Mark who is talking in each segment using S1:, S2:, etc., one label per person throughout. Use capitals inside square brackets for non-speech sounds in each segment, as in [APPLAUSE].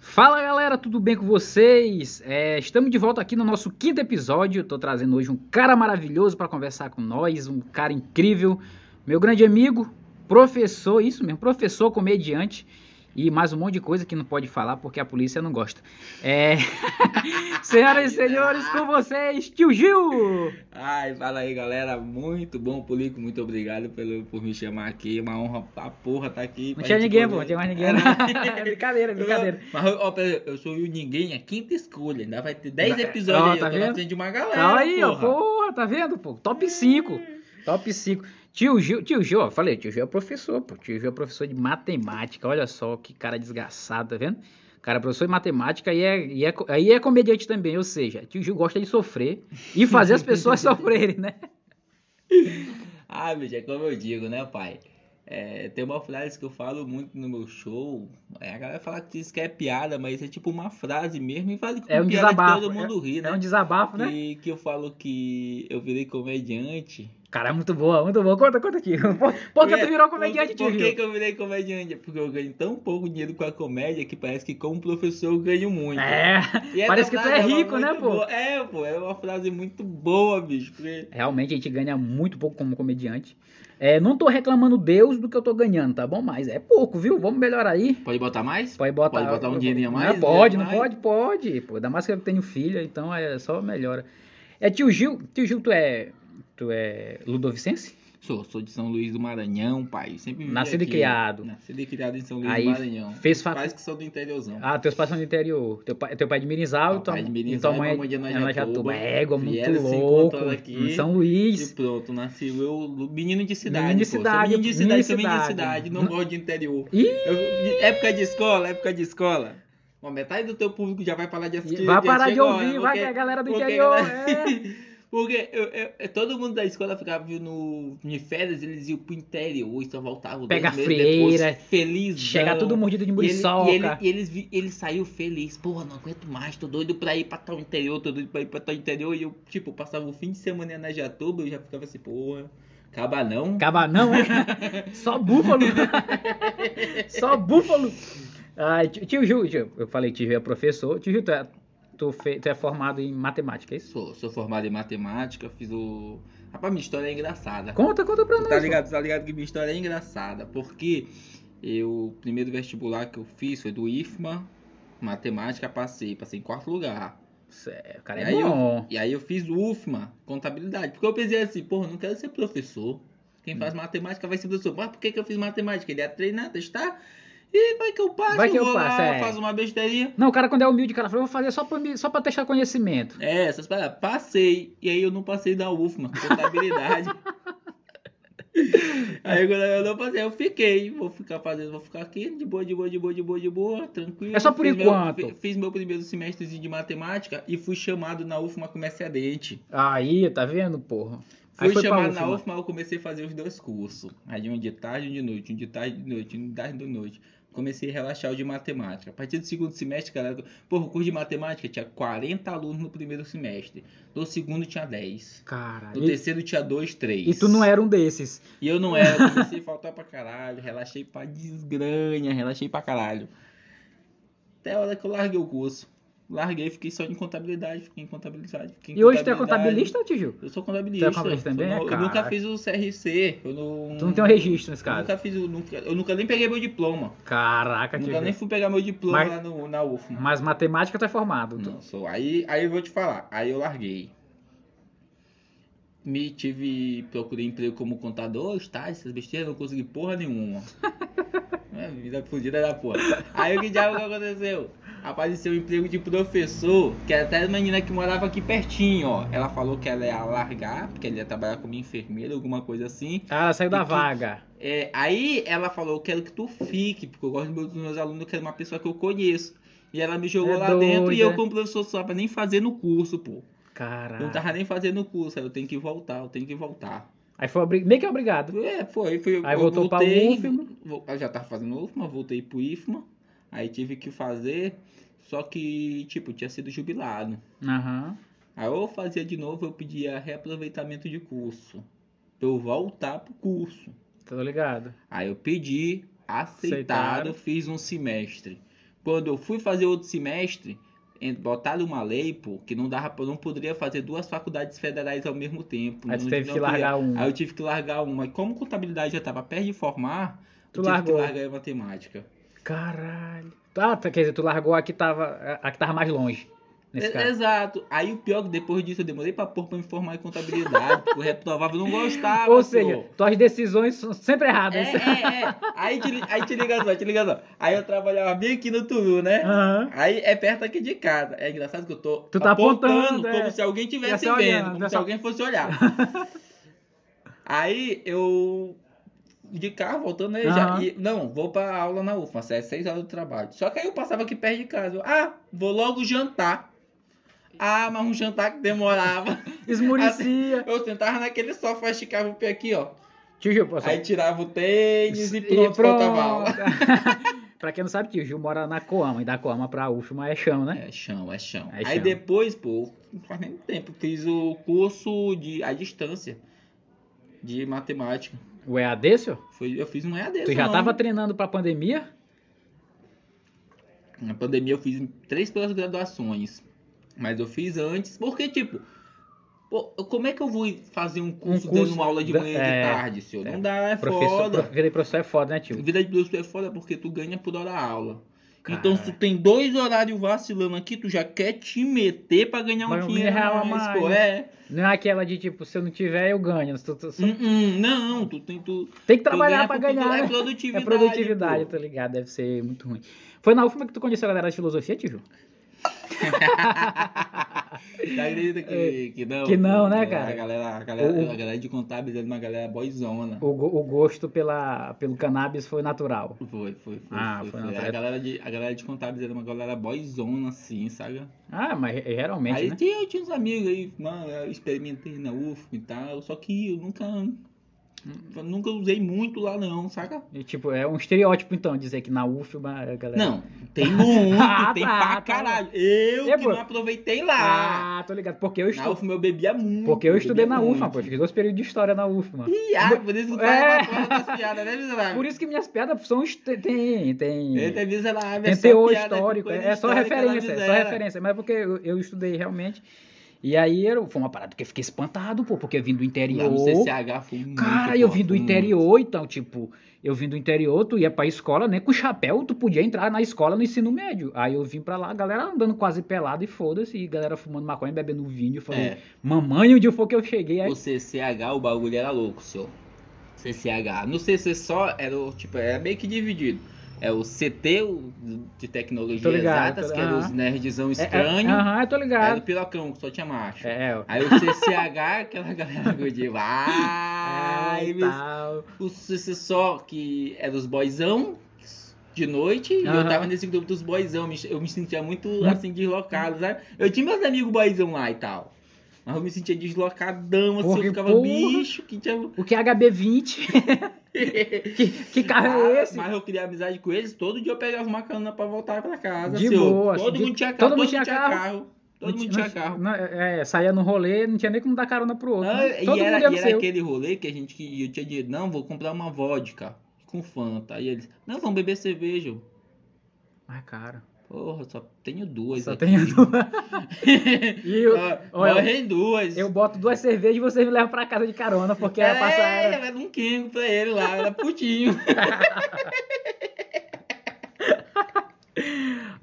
S1: Fala galera, tudo bem com vocês? É, estamos de volta aqui no nosso quinto episódio. Estou trazendo hoje um cara maravilhoso para conversar com nós, um cara incrível, meu grande amigo, professor, isso mesmo, professor, comediante e mais um monte de coisa que não pode falar porque a polícia não gosta. É... [LAUGHS] Senhoras e senhores, com vocês, tio Gil!
S2: Ai, fala aí galera, muito bom, Polico, muito obrigado pelo, por me chamar aqui, uma honra pra porra tá aqui.
S1: Não
S2: pra
S1: tinha
S2: gente
S1: ninguém, pô,
S2: poder-
S1: não tinha mais ninguém.
S2: né?
S1: [LAUGHS] É brincadeira, é brincadeira.
S2: [LAUGHS] Mas ó, pera, eu sou o ninguém, é quinta escolha, ainda vai ter 10
S1: Vai-
S2: episódios
S1: ó,
S2: aí,
S1: tá
S2: eu tô
S1: vendo?
S2: na frente de uma galera,
S1: Calma aí,
S2: É, porra.
S1: ó. Porra, tá vendo, pô? Top 5. Top 5. Tio Gil, tio Gil, ó, falei, tio Gil é professor, pô. Tio Gil é professor de matemática. Olha só que cara desgraçado, tá vendo? Cara, é professor de matemática e é, e é co- aí é comediante também, ou seja, tio Gil gosta de sofrer e fazer as
S2: [LAUGHS]
S1: pessoas sofrerem, né?
S2: Ah, bicho, é como eu digo, né, pai? É, tem uma frase que eu falo muito no meu show. é, a galera fala que isso que é piada, mas é tipo uma frase mesmo e vale
S1: É um
S2: piada que
S1: desabafo.
S2: todo mundo ri,
S1: É um
S2: né?
S1: desabafo, né?
S2: E que eu falo que eu virei comediante.
S1: Cara, é muito boa, muito boa. Conta, conta aqui. [LAUGHS] Por, por que tu virou comediante,
S2: É, Por,
S1: tio
S2: por que,
S1: Gil?
S2: que eu virei comediante? Porque eu ganho tão pouco dinheiro com a comédia que parece que como professor eu ganho muito.
S1: É, [LAUGHS]
S2: E essa
S1: parece que tu
S2: frase
S1: é
S2: uma
S1: rico, né,
S2: muito
S1: pô?
S2: boa- É, pô, é uma frase muito boa, bicho. Porque...
S1: Realmente a gente ganha muito pouco como comediante. É, não tô reclamando Deus do que eu tô ganhando, tá bom? Mas é pouco, viu? Vamos melhorar aí.
S2: Pode botar mais?
S1: Pode botar,
S2: Pode botar um dinheirinho a mais? né?
S1: Não, pode, não
S2: Mais?
S1: pode? Pode. Pô, ainda mais que eu tenho filha, então é só melhora. É tio Gil, tio Gil, tu é. Tu é ludovicense?
S2: Sou, sou de São Luís do Maranhão, pai. Sempre vivi
S1: Nascido e
S2: aqui.
S1: criado.
S2: Nascido e criado em São Luís
S1: Aí tá
S2: do Maranhão.
S1: fez facu-
S2: Pais que são do interiorzão.
S1: Ah, teus pais são do interior. Teu pai, teu pai é de Mirizal,
S2: Papai
S1: tua-
S2: de
S1: e
S2: Mirizal
S1: tua
S2: e
S1: mãe
S2: mamãe de
S1: é
S2: Anajatuba.
S1: Ego, muito
S2: Vieram se
S1: louco.
S2: encontrar aqui.
S1: em São
S2: E
S1: Luiz.
S2: pronto, nasci eu, menino de cidade.
S1: Menino de
S2: pô. Sou
S1: cidade,
S2: menino de
S1: menino
S2: cidade,
S1: de
S2: sou menino
S1: cidade.
S2: de cidade. Não
S1: Não-
S2: gosto de interior.
S1: Ih,
S2: Eu- de- época de escola, época de escola. Bom, metade do teu público já vai parar de assistir.
S1: vai
S2: já
S1: parar de
S2: chega uma hora,
S1: ouvir, vai que
S2: porque-
S1: a galera do
S2: porque a [LAUGHS]
S1: interior.
S2: galera-
S1: é.
S2: Porque eu- eu- eu- todo mundo da escola ficava no, de férias, eles iam pro interior e só voltavam
S1: Pega
S2: dois meses depois,
S1: freira,
S2: feliz.
S1: Chega tudo mordido de
S2: E ele,
S1: muriçoca.
S2: e ele, e eles vi- ele saiu feliz. Porra, não aguento mais, tô doido pra ir pra tal interior, tô doido pra ir pra tal interior. E eu, tipo, passava o fim de semana na Jatuba e eu já ficava assim, porra, acaba não.
S1: Acaba não,
S2: [LAUGHS]
S1: é? Só búfalo. Só búfalo. Ai, tio tio Gil, tio, eu falei que tio Gil é professor. Tio Gil, tu é, tu fe- tu é formado em matemática, é isso?
S2: Sou, sou formado em matemática, fiz o. Rapaz, minha história é engraçada.
S1: Conta, conta pra
S2: Tu
S1: nós.
S2: tá ligado, tu tá ligado que minha história é engraçada, porque eu, o primeiro vestibular que eu fiz foi do IFMA, matemática, passei, passei em quarto lugar.
S1: Isso é- O cara é
S2: E aí eu-
S1: bom.
S2: E aí eu fiz o UFMA, contabilidade. Porque eu pensei assim, porra, eu não quero ser professor.
S1: Hum.
S2: Quem faz matemática vai ser professor. Mas por que, que eu fiz matemática? Ele ia treinar, testar. E vai que eu passo,
S1: Vai que eu
S2: vou lá,
S1: passo, é.
S2: faço uma besteirinha.
S1: Não, o cara quando é humilde, o cara fala, eu vou fazer só pra, me- só pra testar conhecimento.
S2: É, essas paradas. Passei. E aí eu não passei da UFMA,
S1: [LAUGHS]
S2: contabilidade. aí quando eu não passei, eu fiquei. Vou ficar fazendo, vou ficar aqui de boa, de boa, de boa, de boa, de boa, tranquilo.
S1: É só por
S2: Fiz meu-
S1: enquanto.
S2: fi- fiz meu primeiro semestre de matemática e fui chamado na UFMA como excedente.
S1: Aí, tá vendo, porra? Aí
S2: Fui
S1: foi pra
S2: chamado na
S1: UFMA.
S2: UFMA, eu comecei a fazer os dois cursos. Aí um de tarde, um de noite, um de tarde, de noite, um de tarde, de noite. Comecei a relaxar o de matemática. A partir do segundo semestre, galera, porra, o curso de matemática tinha 40 alunos no primeiro semestre. No segundo tinha 10.
S1: Cara,
S2: No
S1: e,
S2: terceiro tinha 2, 3.
S1: e tu não era um desses.
S2: E eu não era, comecei a faltar pra caralho, relaxei pra desgranha, relaxei pra caralho. Até a hora que eu larguei o curso. Larguei, fiquei só em contabilidade, fiquei em contabilidade, fiquei em
S1: E hoje tu é
S2: contabilidade.
S1: contabilista, tio Gil?
S2: Eu sou contabilista.
S1: Você é contabilista também?
S2: Eu, não- eu
S1: Caraca.
S2: nunca fiz o CRC. Eu não,
S1: Tu não tem um registro nesse
S2: eu
S1: caso.
S2: nunca fiz o. Nunca, eu nunca nem peguei meu diploma.
S1: Caraca, tio
S2: nunca nem
S1: Gil.
S2: fui pegar meu diploma
S1: Mas-
S2: lá no, na UFMA.
S1: Mas matemática tu é formado. tu-
S2: Não, Então, sou. Aí, aí eu vou te falar. Aí eu larguei. Me tive. Procurei emprego como contador, tá? Essas besteiras, não consegui porra nenhuma. É, vida fodida da porra. Aí o que diabo que aconteceu? Apareceu um emprego de professor, que era até a menina que morava aqui pertinho, ó. Ela falou que ela ia largar, porque ela ia trabalhar como enfermeira, alguma coisa assim.
S1: Ah, saiu da
S2: E que-
S1: vaga.
S2: É, aí ela falou, eu quero que tu fique, porque eu gosto dos meus- dos meus alunos, eu quero uma pessoa que eu conheço. E ela me jogou
S1: É
S2: lá
S1: doida. Ah.
S2: dentro e eu como professor só pra nem fazer no curso, pô. Eu não
S1: Caraca.
S2: tava nem fazendo o curso, aí eu tenho que voltar, eu tenho que voltar.
S1: Aí foi obri- meio que obrigado.
S2: É, foi, foi.
S1: Aí
S2: eu
S1: voltou pra
S2: voltei,
S1: UFMA.
S2: vo- Eu já tava fazendo UFMA, voltei pro IFMA, aí tive que fazer, só que, tipo, tinha sido jubilado.
S1: Aham.
S2: Aí eu fazia de novo, eu pedia reaproveitamento de curso. Pra eu voltar pro curso.
S1: Tô ligado.
S2: Aí eu pedi, aceitaram,
S1: Aceitaram.
S2: fiz um semestre. Quando eu fui fazer outro semestre, en- botaram uma lei, pô, que não dava, pra- eu não poderia fazer duas faculdades federais ao mesmo tempo.
S1: Aí tu
S2: Não-
S1: teve
S2: não
S1: que
S2: podia.
S1: largar uma.
S2: Aí eu tive que largar uma. E como contabilidade já tava perto de formar,
S1: Tu
S2: eu tive
S1: largou.
S2: que largar a matemática.
S1: Caralho. Ah, tá, quer dizer, tu largou a que tava, a que tava mais longe. Nesse
S2: É-
S1: caso.
S2: Exato. Aí o pior é que depois disso eu demorei pra pôr pra me formar em contabilidade, porque eu reprovava, eu não gostava.
S1: Ou
S2: pô.
S1: seja, tuas decisões são sempre erradas.
S2: É, é, é. Aí te, li- aí te liga só, te liga só. Aí eu trabalhava bem aqui no Turu,
S1: [LAUGHS]
S2: né?
S1: Aham.
S2: Aí é perto aqui de casa. É engraçado que eu tô
S1: Tu tá apontando, é.
S2: como se alguém estivesse
S1: Ia
S2: vendo,
S1: se olhando,
S2: como
S1: ia
S2: se
S1: só-
S2: alguém
S1: [LAUGHS]
S2: fosse olhar. Aí eu de carro voltando aí já.
S1: Aham.
S2: e- não, vou pra aula na UFMA, às 6 horas do trabalho. Só que aí eu passava aqui perto de casa. Eu, ah, vou logo jantar. Ah, mas um jantar que demorava. [LAUGHS]
S1: Esmurecia.
S2: Eu sentava naquele sofá, esticava o pé aqui, ó.
S1: Tio Gil, pô, só-
S2: Aí tirava o tênis e pronto, faltava aula.
S1: [LAUGHS] pra quem não sabe, tio Gil mora na Coama. E da Coama pra UFMA é chão, né?
S2: É chão, é chão.
S1: É
S2: aí
S1: chão.
S2: depois, pô, não faz nem tempo, fiz o curso de à distância de matemática.
S1: O EAD, senhor?
S2: Foi, eu fiz um EAD.
S1: Tu já
S2: não.
S1: tava treinando pra pandemia?
S2: Na pandemia eu fiz três pós-graduações. Mas eu fiz antes, porque tipo, pô, como é que eu vou fazer um curso,
S1: curso
S2: dando uma aula de
S1: da-
S2: manhã e
S1: é,
S2: de tarde, senhor?
S1: é.
S2: Não dá, é
S1: Professor,
S2: foda.
S1: pro- vida de professor é foda, né, tio?
S2: Vida de professor é foda porque tu ganha por hora aula.
S1: Cara.
S2: Então, se tu tem dois horários vacilando aqui, tu já quer te meter pra ganhar
S1: Mas
S2: um
S1: um
S2: dinheiro
S1: real a
S2: a mais,
S1: mais,
S2: pô.
S1: né?
S2: É.
S1: Não é aquela de tipo, se eu não tiver, eu ganho. Tu- tu- só-
S2: Hum, hum, não, tu tem tu.
S1: Tem que
S2: tu
S1: trabalhar
S2: ganha
S1: pra
S2: por tudo,
S1: ganhar, né?
S2: É produtividade.
S1: É produtividade,
S2: pô.
S1: tá ligado? Deve ser muito ruim. Foi na UFMA que tu conheceu a galera de filosofia, tio? Ju?
S2: Tá acredita que, que não?
S1: Que não,
S2: pô,
S1: né,
S2: a
S1: cara?
S2: galera- a galera,
S1: O-
S2: a galera de contábil é uma galera boyzona.
S1: O, go- o gosto pela, pelo cannabis foi natural.
S2: Foi, foi, foi.
S1: Ah,
S2: foi,
S1: foi
S2: foi.
S1: na
S2: A,
S1: treta.
S2: galera de, a galera de contábil era uma galera boyzona, assim, sabe?
S1: Ah, mas ge- geralmente,
S2: aí
S1: né?
S2: tinha, eu tinha uns amigos aí, mano, eu experimentei na UFM e tal, só que eu nunca. eu nunca usei muito lá, não, saca?
S1: E, tipo, é um estereótipo, então, dizer que na UFMA a galera...
S2: Não, tem muito,
S1: [LAUGHS] Ah,
S2: tem
S1: tá,
S2: pra
S1: tá.
S2: caralho. Eu
S1: É,
S2: que
S1: pô.
S2: não aproveitei lá.
S1: Ah, tô ligado. Porque eu,
S2: na
S1: estu...
S2: UFM eu bebia muito.
S1: porque eu estudei
S2: bebia
S1: na
S2: muito.
S1: UFMA, pô. Eu Fiz dois períodos de história na UFMA.
S2: Ih, ah, por isso que tu
S1: É.
S2: tá falando das piadas, né, miserável?
S1: Por isso que minhas piadas são... est- Tem... Tem...
S2: Ele é miserável, é
S1: Tem
S2: só
S1: teor
S2: piada de
S1: histórico,
S2: coisa
S1: é, é só
S2: histórica da
S1: referência, é só
S2: miséria.
S1: referência. Mas porque eu, eu estudei realmente. E aí era- foi uma parada que eu fiquei espantado, pô, porque eu vim do
S2: Lá
S1: interior.
S2: no CCH foi é muito
S1: Cara, eu
S2: forte,
S1: vim do
S2: muito.
S1: interior, então, tipo, eu vim do interior, tu ia pra escola, né? Com chapéu, tu podia entrar na escola no ensino médio. Aí eu vim pra lá, a galera andando quase pelado e foda-se, e galera fumando maconha, bebendo vinho. Eu falei,
S2: É.
S1: mamãe, onde foi que eu cheguei? Aí,
S2: O CCH, o bagulho era louco, senhor. CCH. No CC só era, o- tipo, era meio que dividido. É o CT o de tecnologia
S1: Tô ligado,
S2: exatas,
S1: tô-
S2: que eram os
S1: aham.
S2: nerdzão
S1: É, é,
S2: estranho.
S1: Aham, eu tô
S2: era o
S1: ligado.
S2: pirocão, que só tinha macho.
S1: É, ó.
S2: Aí o CCH, aquela galera gordinha. Ai,
S1: e É, tal.
S2: o CC só que era os boyzão de noite e eu
S1: Aham.
S2: tava nesse grupo dos boyzão. me- Eu me sentia muito
S1: Hum.
S2: assim, deslocado, sabe? Eu tinha meus amigos boyzão lá e tal. Mas eu me sentia deslocadão, assim,
S1: Porra,
S2: eu ficava
S1: porra.
S2: bicho, que tinha.
S1: O que é HB20? [LAUGHS] que, que carro é
S2: Ah,
S1: esse?
S2: Mas eu queria amizade com eles, todo dia eu pegava uma carona pra voltar pra casa.
S1: De
S2: senhor.
S1: boa,
S2: Todo
S1: de-
S2: mundo tinha carro,
S1: todo mundo tinha carro.
S2: Todo
S1: Não
S2: mundo
S1: tinha-
S2: tinha carro.
S1: não- é, é, saía no rolê, não tinha nem como dar carona pro outro.
S2: Ah,
S1: né?
S2: e
S1: Todo
S2: era,
S1: mundo ia no
S2: e era
S1: seu.
S2: aquele rolê que a gente que eu tinha dinheiro, não, vou comprar uma vodka com Fanta. E eles, não, vamos beber cerveja.
S1: Mas, Ah, cara,
S2: Porra, só tenho duas
S1: só
S2: aqui.
S1: tenho
S2: [LAUGHS]
S1: duas. e eu,
S2: Ah,
S1: olha,
S2: Morrem duas.
S1: eu boto duas cervejas e vocês me levam pra casa de carona, porque é
S2: era,
S1: a passar
S2: era...
S1: era...
S2: era um quingo pra ele lá, era putinho. [LAUGHS]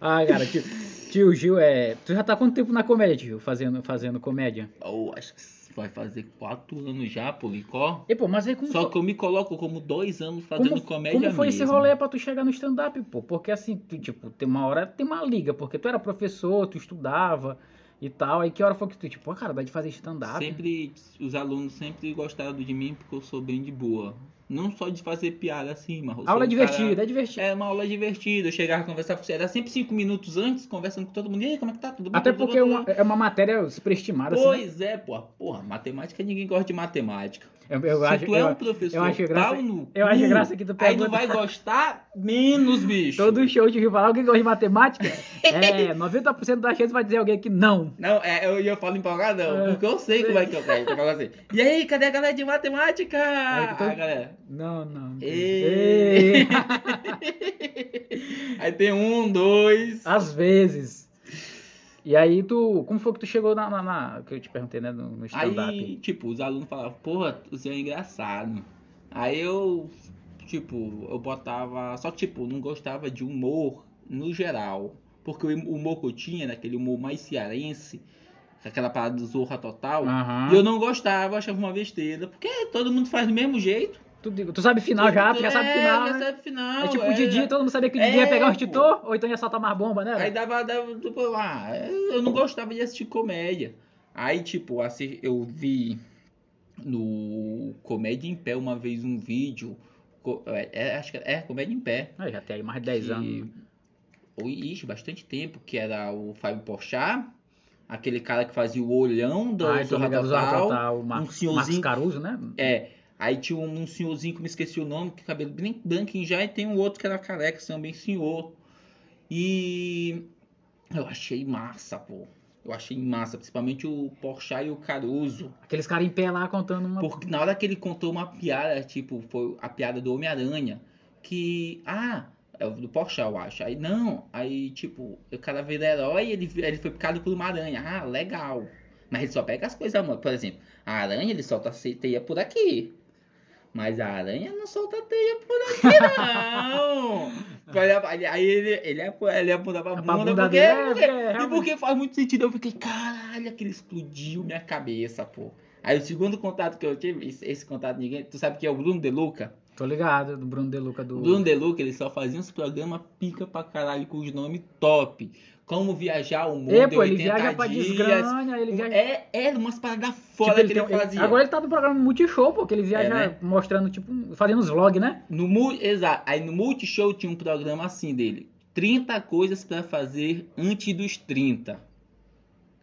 S1: Ah, cara, tio, tio Gil, é... tu já tá há quanto tempo na comédia, tio, Gil, fazendo, fazendo comédia?
S2: Eu acho que vai fazer quatro anos já, Policó.
S1: E, pô, mas aí como,
S2: Só
S1: foi-
S2: que eu me coloco como dois anos fazendo
S1: como,
S2: comédia
S1: como foi esse
S2: mesmo.
S1: rolê pra tu chegar no stand-up, pô? Porque assim, tu, tipo, tem uma hora, tem uma liga, porque tu era professor, tu estudava e tal, aí que hora foi que tu, tipo, ah, cara, dá né? de fazer stand-up?
S2: Sempre, os alunos sempre gostaram de mim porque eu sou bem de boa. Não só de fazer piada assim, mas eu sou
S1: Aula
S2: um
S1: divertida,
S2: cara-
S1: é divertida.
S2: Era uma aula divertida, eu chegava a conversar com você. Era sempre cinco minutos antes, conversando com todo mundo. E aí, como é que tá? Tudo bem?
S1: Até
S2: Tudo bem?
S1: porque é uma, é uma matéria superestimada, assim, né?
S2: Pois é, porra. Porra, matemática, ninguém gosta de matemática.
S1: Eu, eu
S2: Se
S1: acho,
S2: tu é
S1: eu,
S2: um professor
S1: eu acho graça-
S2: pau no
S1: eu acho
S2: cu,
S1: graça que tu
S2: Hum, aí tu
S1: pergunta-
S2: vai gostar menos, bicho.
S1: todo show de Rio falar, alguém gosta de
S2: [LAUGHS]
S1: matemática? é, 90% das chances vai dizer alguém que não.
S2: Não, é, eu, eu falo empolgado, não,
S1: É.
S2: porque eu sei como é que eu caio. Eu falo assim, e aí, cadê a galera de matemática?
S1: É, que todo-
S2: Aí, galera, [LAUGHS]
S1: Não, não.
S2: Ei.
S1: Ei.
S2: aí tem um, dois...
S1: Às vezes. E aí tu. Como foi que tu chegou na. na- na- que eu te perguntei, né? No, no stand-up.
S2: Aí, tipo, os alunos falavam, porra, você é engraçado. Aí eu, tipo, eu botava. Só tipo, não gostava de humor no geral. Porque o hum, humor que eu tinha, era aquele humor mais cearense, aquela parada do zorra total.
S1: Aham.
S2: E eu não gostava, eu achava uma besteira. Porque todo mundo faz do mesmo jeito.
S1: Tu, tu sabe final já, tu já sabe
S2: É,
S1: final.
S2: Já
S1: né?
S2: sabe final.
S1: é tipo
S2: é.
S1: o Didi, todo mundo sabia que o Didi ia
S2: É,
S1: pegar o
S2: pô.
S1: extintor, ou então ia soltar mais bomba, né?
S2: Aí dava, dava, tipo, ah, eu não gostava de assistir comédia. Aí, tipo, assim, eu vi no Comédia em Pé uma vez um vídeo. co- é, é, acho que é Comédia em Pé.
S1: Aí já tem aí mais de 10
S2: que-
S1: anos.
S2: Ui, Ixi, bastante tempo, que era o Fábio Porchat, aquele cara que fazia o olhão do
S1: Aí tu
S2: Zorra
S1: ligado
S2: né, Total.
S1: Total, o Mar
S2: um
S1: Marcos
S2: senhorzinho-
S1: Caruso, né?
S2: É. Aí tinha um, um senhorzinho que eu me esqueci o nome, que cabelo bem branquinho já, e tem um outro que era careca, que também senhor. E eu achei massa, pô. Eu achei massa, principalmente o Porchat e o Caruso.
S1: Aqueles caras em pé lá contando uma.
S2: Porque na hora que ele contou uma piada, tipo, foi a piada do Homem-Aranha, que, ah, é o do Porchat, eu acho. Aí, não, aí, tipo, o cara vira herói e ele, vi- ele foi picado por uma aranha. Ah, legal. Mas ele só pega as coisas, mano. Por exemplo, a aranha, ele solta a se- teia por aqui. Mas a aranha não solta a teia por aqui,
S1: [LAUGHS]
S2: não. é, Aí, aí ele, ele, apo- ele apontava
S1: Pra
S2: a bunda,
S1: bunda
S2: porque,
S1: dele, é,
S2: porque-
S1: porque
S2: e
S1: realmente-
S2: porque faz muito sentido. Eu fiquei, caralho, aquilo explodiu minha cabeça, pô. Aí o segundo contato que eu tive, esse, esse contato ninguém, tu sabe que é o Bruno De Luca?
S1: Tô ligado, do Bruno Deluca
S2: O
S1: do.
S2: Bruno De Luca, ele só fazia uns programas pica pra caralho com os nomes top. Como viajar o mundo
S1: É,
S2: em
S1: pô, ele
S2: 80
S1: viaja pra
S2: dias.
S1: desgranha, ele viaja.
S2: É, era umas paradas foda
S1: Tipo, ele
S2: que
S1: tem-
S2: ele
S1: ele-
S2: fazia.
S1: agora ele tá no programa Multishow, pô, que ele viaja
S2: É, né?
S1: mostrando, tipo, um- fazendo uns vlogs, né?
S2: No, mu- exato. Aí no Multishow tinha um programa assim dele. 30 coisas pra fazer antes dos 30.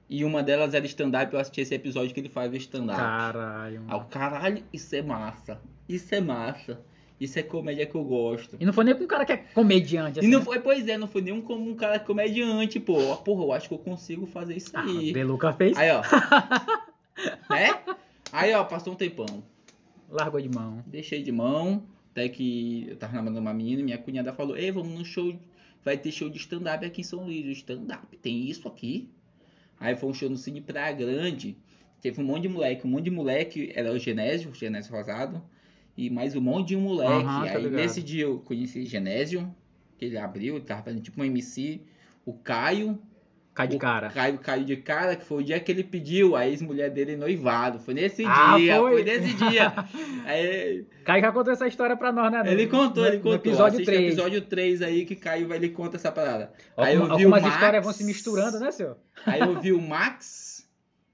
S2: E uma delas era stand-up. Eu assisti esse episódio que ele faz stand-up.
S1: Caralho.
S2: Ah, o caralho, isso é massa. Isso é massa. Isso é comédia que eu gosto.
S1: E não foi nem com um cara que é comediante,
S2: E
S1: assim.
S2: não
S1: né?
S2: foi, pois é, não foi nenhum como um cara comediante, pô. Ó, Porra, eu acho que eu consigo fazer isso
S1: Ah, o
S2: aí.
S1: Deluca fez,
S2: Aí, ó. né? Aí, ó, passou um tempão.
S1: largou de mão.
S2: Deixei de mão, até que eu tava namorando uma menina, minha cunhada falou, ei, vamos no show, vai ter show de stand-up aqui em São Luís, o stand-up, tem isso aqui? Aí foi um show no Cine Praia Grande, teve um monte de moleque, um monte de moleque, era o Genésio, o Genésio Rosado, e mais um monte de moleque.
S1: Aham, tá
S2: Aí
S1: ligado.
S2: nesse dia eu conheci o Genésio, que ele abriu, ele tava fazendo tipo um MC, o Caio,
S1: Cai de
S2: o
S1: cara.
S2: Caio caiu de cara, que foi o dia que ele pediu a ex-mulher dele em noivado. Foi nesse
S1: Ah,
S2: dia,
S1: foi?
S2: foi
S1: [LAUGHS]
S2: nesse dia. Aí,
S1: Caio já contou essa história pra nós, né? no-
S2: ele contou,
S1: no-
S2: ele contou.
S1: No episódio
S2: Assiste o
S1: 3.
S2: episódio 3 aí que Caio vai, ele conta essa parada.
S1: Alguma-
S2: Aí eu vi o
S1: algumas
S2: Max.
S1: histórias vão se misturando, né, senhor?
S2: Aí eu vi o Max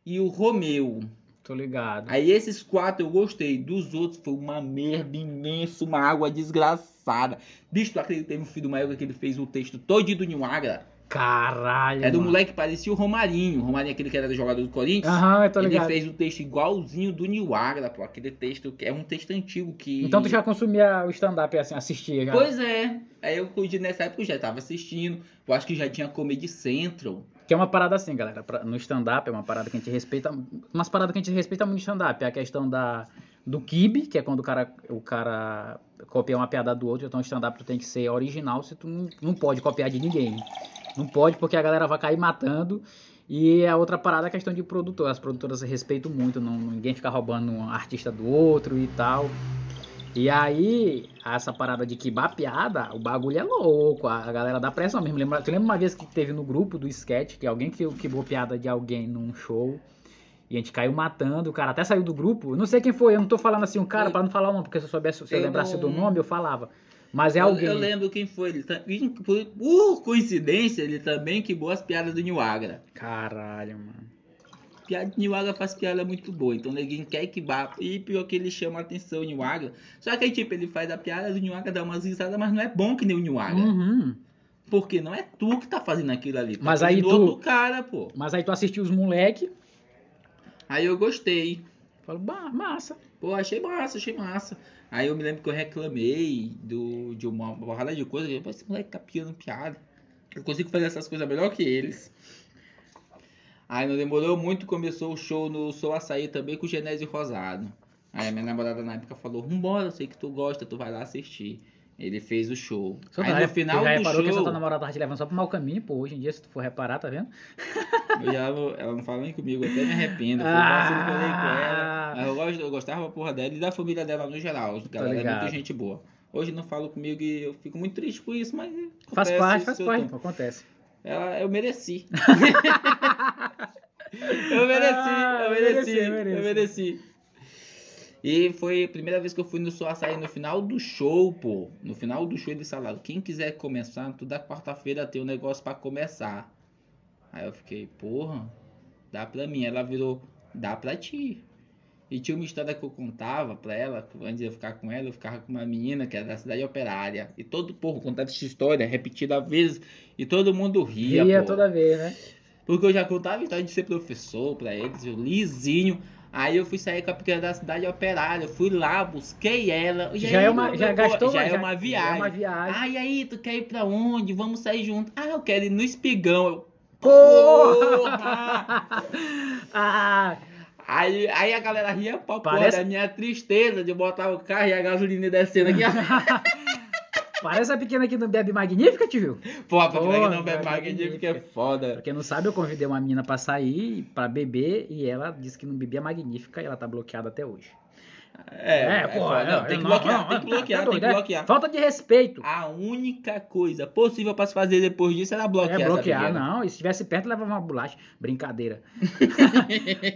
S2: e o Romeu.
S1: Tô ligado.
S2: Aí esses quatro eu gostei. Dos outros foi uma merda imensa, uma água desgraçada. Bicho, tu acredita que teve um filho do maior que ele fez o texto todo do Niagara?
S1: Caralho.
S2: É do
S1: mano.
S2: moleque que parecia o Romarinho. O Romarinho é aquele que era jogador do Corinthians.
S1: Aham, eu tô
S2: ele
S1: ligado.
S2: fez o texto igualzinho do Niagara, pô. Aquele texto que é um texto antigo que.
S1: Então tu já consumia o stand-up, assim, assistia já.
S2: Pois é. Aí eu cuide nessa época eu já tava assistindo. Eu acho que já tinha Comedy Central.
S1: Que é uma parada assim, galera. pra- No stand-up é uma parada que a gente respeita. Umas paradas que a gente respeita muito no stand-up. É a questão da, do kibe, que é quando o cara, o cara copia uma piada do outro. Então o stand-up tu tem que ser original, se tu não, não pode copiar de ninguém. Não pode, porque a galera vai cair matando. E a outra parada é a questão de produtor. As produtoras respeitam muito, não, ninguém fica roubando um artista do outro e tal. E aí, essa parada de quibar piada, o bagulho é louco, a a galera dá pressão mesmo. Lembra, tu lembra uma vez que teve no grupo do sketch que alguém que quibou piada de alguém num show e a gente caiu matando, o cara até saiu do grupo. Eu Não sei quem foi, eu não tô falando assim um cara pra não falar o nome, porque se eu soubesse, se eu
S2: Eu
S1: lembrasse do
S2: não-
S1: nome, eu falava. Mas é
S2: eu,
S1: alguém.
S2: eu lembro quem foi. Ele tá... e por- Por coincidência, ele também quebrou as piadas do Niagara.
S1: Caralho, mano.
S2: Piada do Niagara faz piada muito boa. Então ninguém quer que bata. E pior que ele chama a atenção o Niagara. Só que aí, tipo, ele faz a piada do Niagara, dá umas risadas, mas não é bom que nem o Niagara.
S1: Uhum.
S2: Porque não é tu que tá fazendo aquilo ali. Tá
S1: Mas aí
S2: fazendo
S1: tu-
S2: outro cara, pô.
S1: Mas aí tu assistiu os moleque,
S2: Aí eu gostei.
S1: Falo, bah, massa.
S2: Pô, achei massa, achei massa. Aí eu me lembro que eu reclamei do, de uma barrada de coisa. Eu falei, esse moleque tá piando piada. Eu consigo fazer essas coisas melhor que eles. Aí não demorou muito, começou o show no Sou Açaí também com o Genésio Rosado. Aí a minha namorada na época falou, vambora, eu sei que tu gosta, tu vai lá assistir. Ele fez o show.
S1: Só
S2: Aí
S1: tu
S2: no
S1: já-
S2: final
S1: tu já
S2: do
S1: reparou
S2: show...
S1: que essa tua namorada tava te levando só pro mau caminho, pô. Hoje em dia, se tu for reparar, tá vendo?
S2: Eu já não- ela não fala nem comigo, eu até me arrependo. Foi um
S1: Ah.
S2: vacilo que eu dei com ela. Mas eu, gosto- eu gostava da porra dela e da família dela no geral. A galera é
S1: ligado.
S2: muito gente boa. Hoje não falo comigo e eu fico muito triste por isso, mas.
S1: Faz
S2: confesso,
S1: parte, faz
S2: sou
S1: parte,
S2: tão-
S1: pô, acontece.
S2: Ela,
S1: [LAUGHS]
S2: eu mereci. eu mereci,
S1: Ah,
S2: eu mereci,
S1: mereceu, mereceu.
S2: eu mereci. E foi a primeira vez que eu fui no seu açaí no final do show, pô. No final do show eles falaram, quem quiser começar, toda quarta-feira tem um negócio pra começar. Aí eu fiquei, porra, dá pra mim. Ela virou, dá pra ti. E tinha uma história que eu contava pra ela, que antes de eu ficar com ela, eu ficava com uma menina que era da cidade operária. E todo povo contava essa história, repetida vezes, e todo mundo ria,
S1: Ria
S2: pô.
S1: toda vez, né?
S2: Porque eu já contava a história de ser professor pra eles, eu lisinho. Aí eu fui sair com a pequena da cidade operária, eu fui lá, busquei ela. e
S1: Já,
S2: aí,
S1: é uma,
S2: meu-
S1: já
S2: meu-
S1: gastou
S2: já
S1: uma,
S2: é uma
S1: Já é uma
S2: viagem. [LAUGHS]
S1: viagem.
S2: Ai, aí, tu quer ir pra onde? Vamos sair junto. Ah, eu quero ir no espigão. Eu,
S1: Porra! [LAUGHS] ah,
S2: Aí, aí a galera ria pra
S1: Parece-
S2: porra da minha tristeza de botar o carro e a gasolina
S1: [LAUGHS]
S2: descendo aqui.
S1: parece a pequena que não bebe magnífica, te viu?
S2: Pô, a Pop
S1: Porra,
S2: não bebe
S1: é
S2: magnífico que é
S1: magnífica. Pra
S2: foda.
S1: quem não sabe, eu convidei uma menina pra sair, pra beber, e ela disse que não bebia magnífica e ela tá bloqueada até hoje.
S2: É, é, foda. Não, tem que bloquear, tem que
S1: é
S2: bloquear, tem que bloquear.
S1: Falta de respeito.
S2: A única coisa possível pra se fazer depois disso era bloquear.
S1: é,
S2: essa
S1: bloquear,
S2: pequena.
S1: não. E se estivesse perto, levava uma bolacha.
S2: [LAUGHS]
S1: Brincadeira.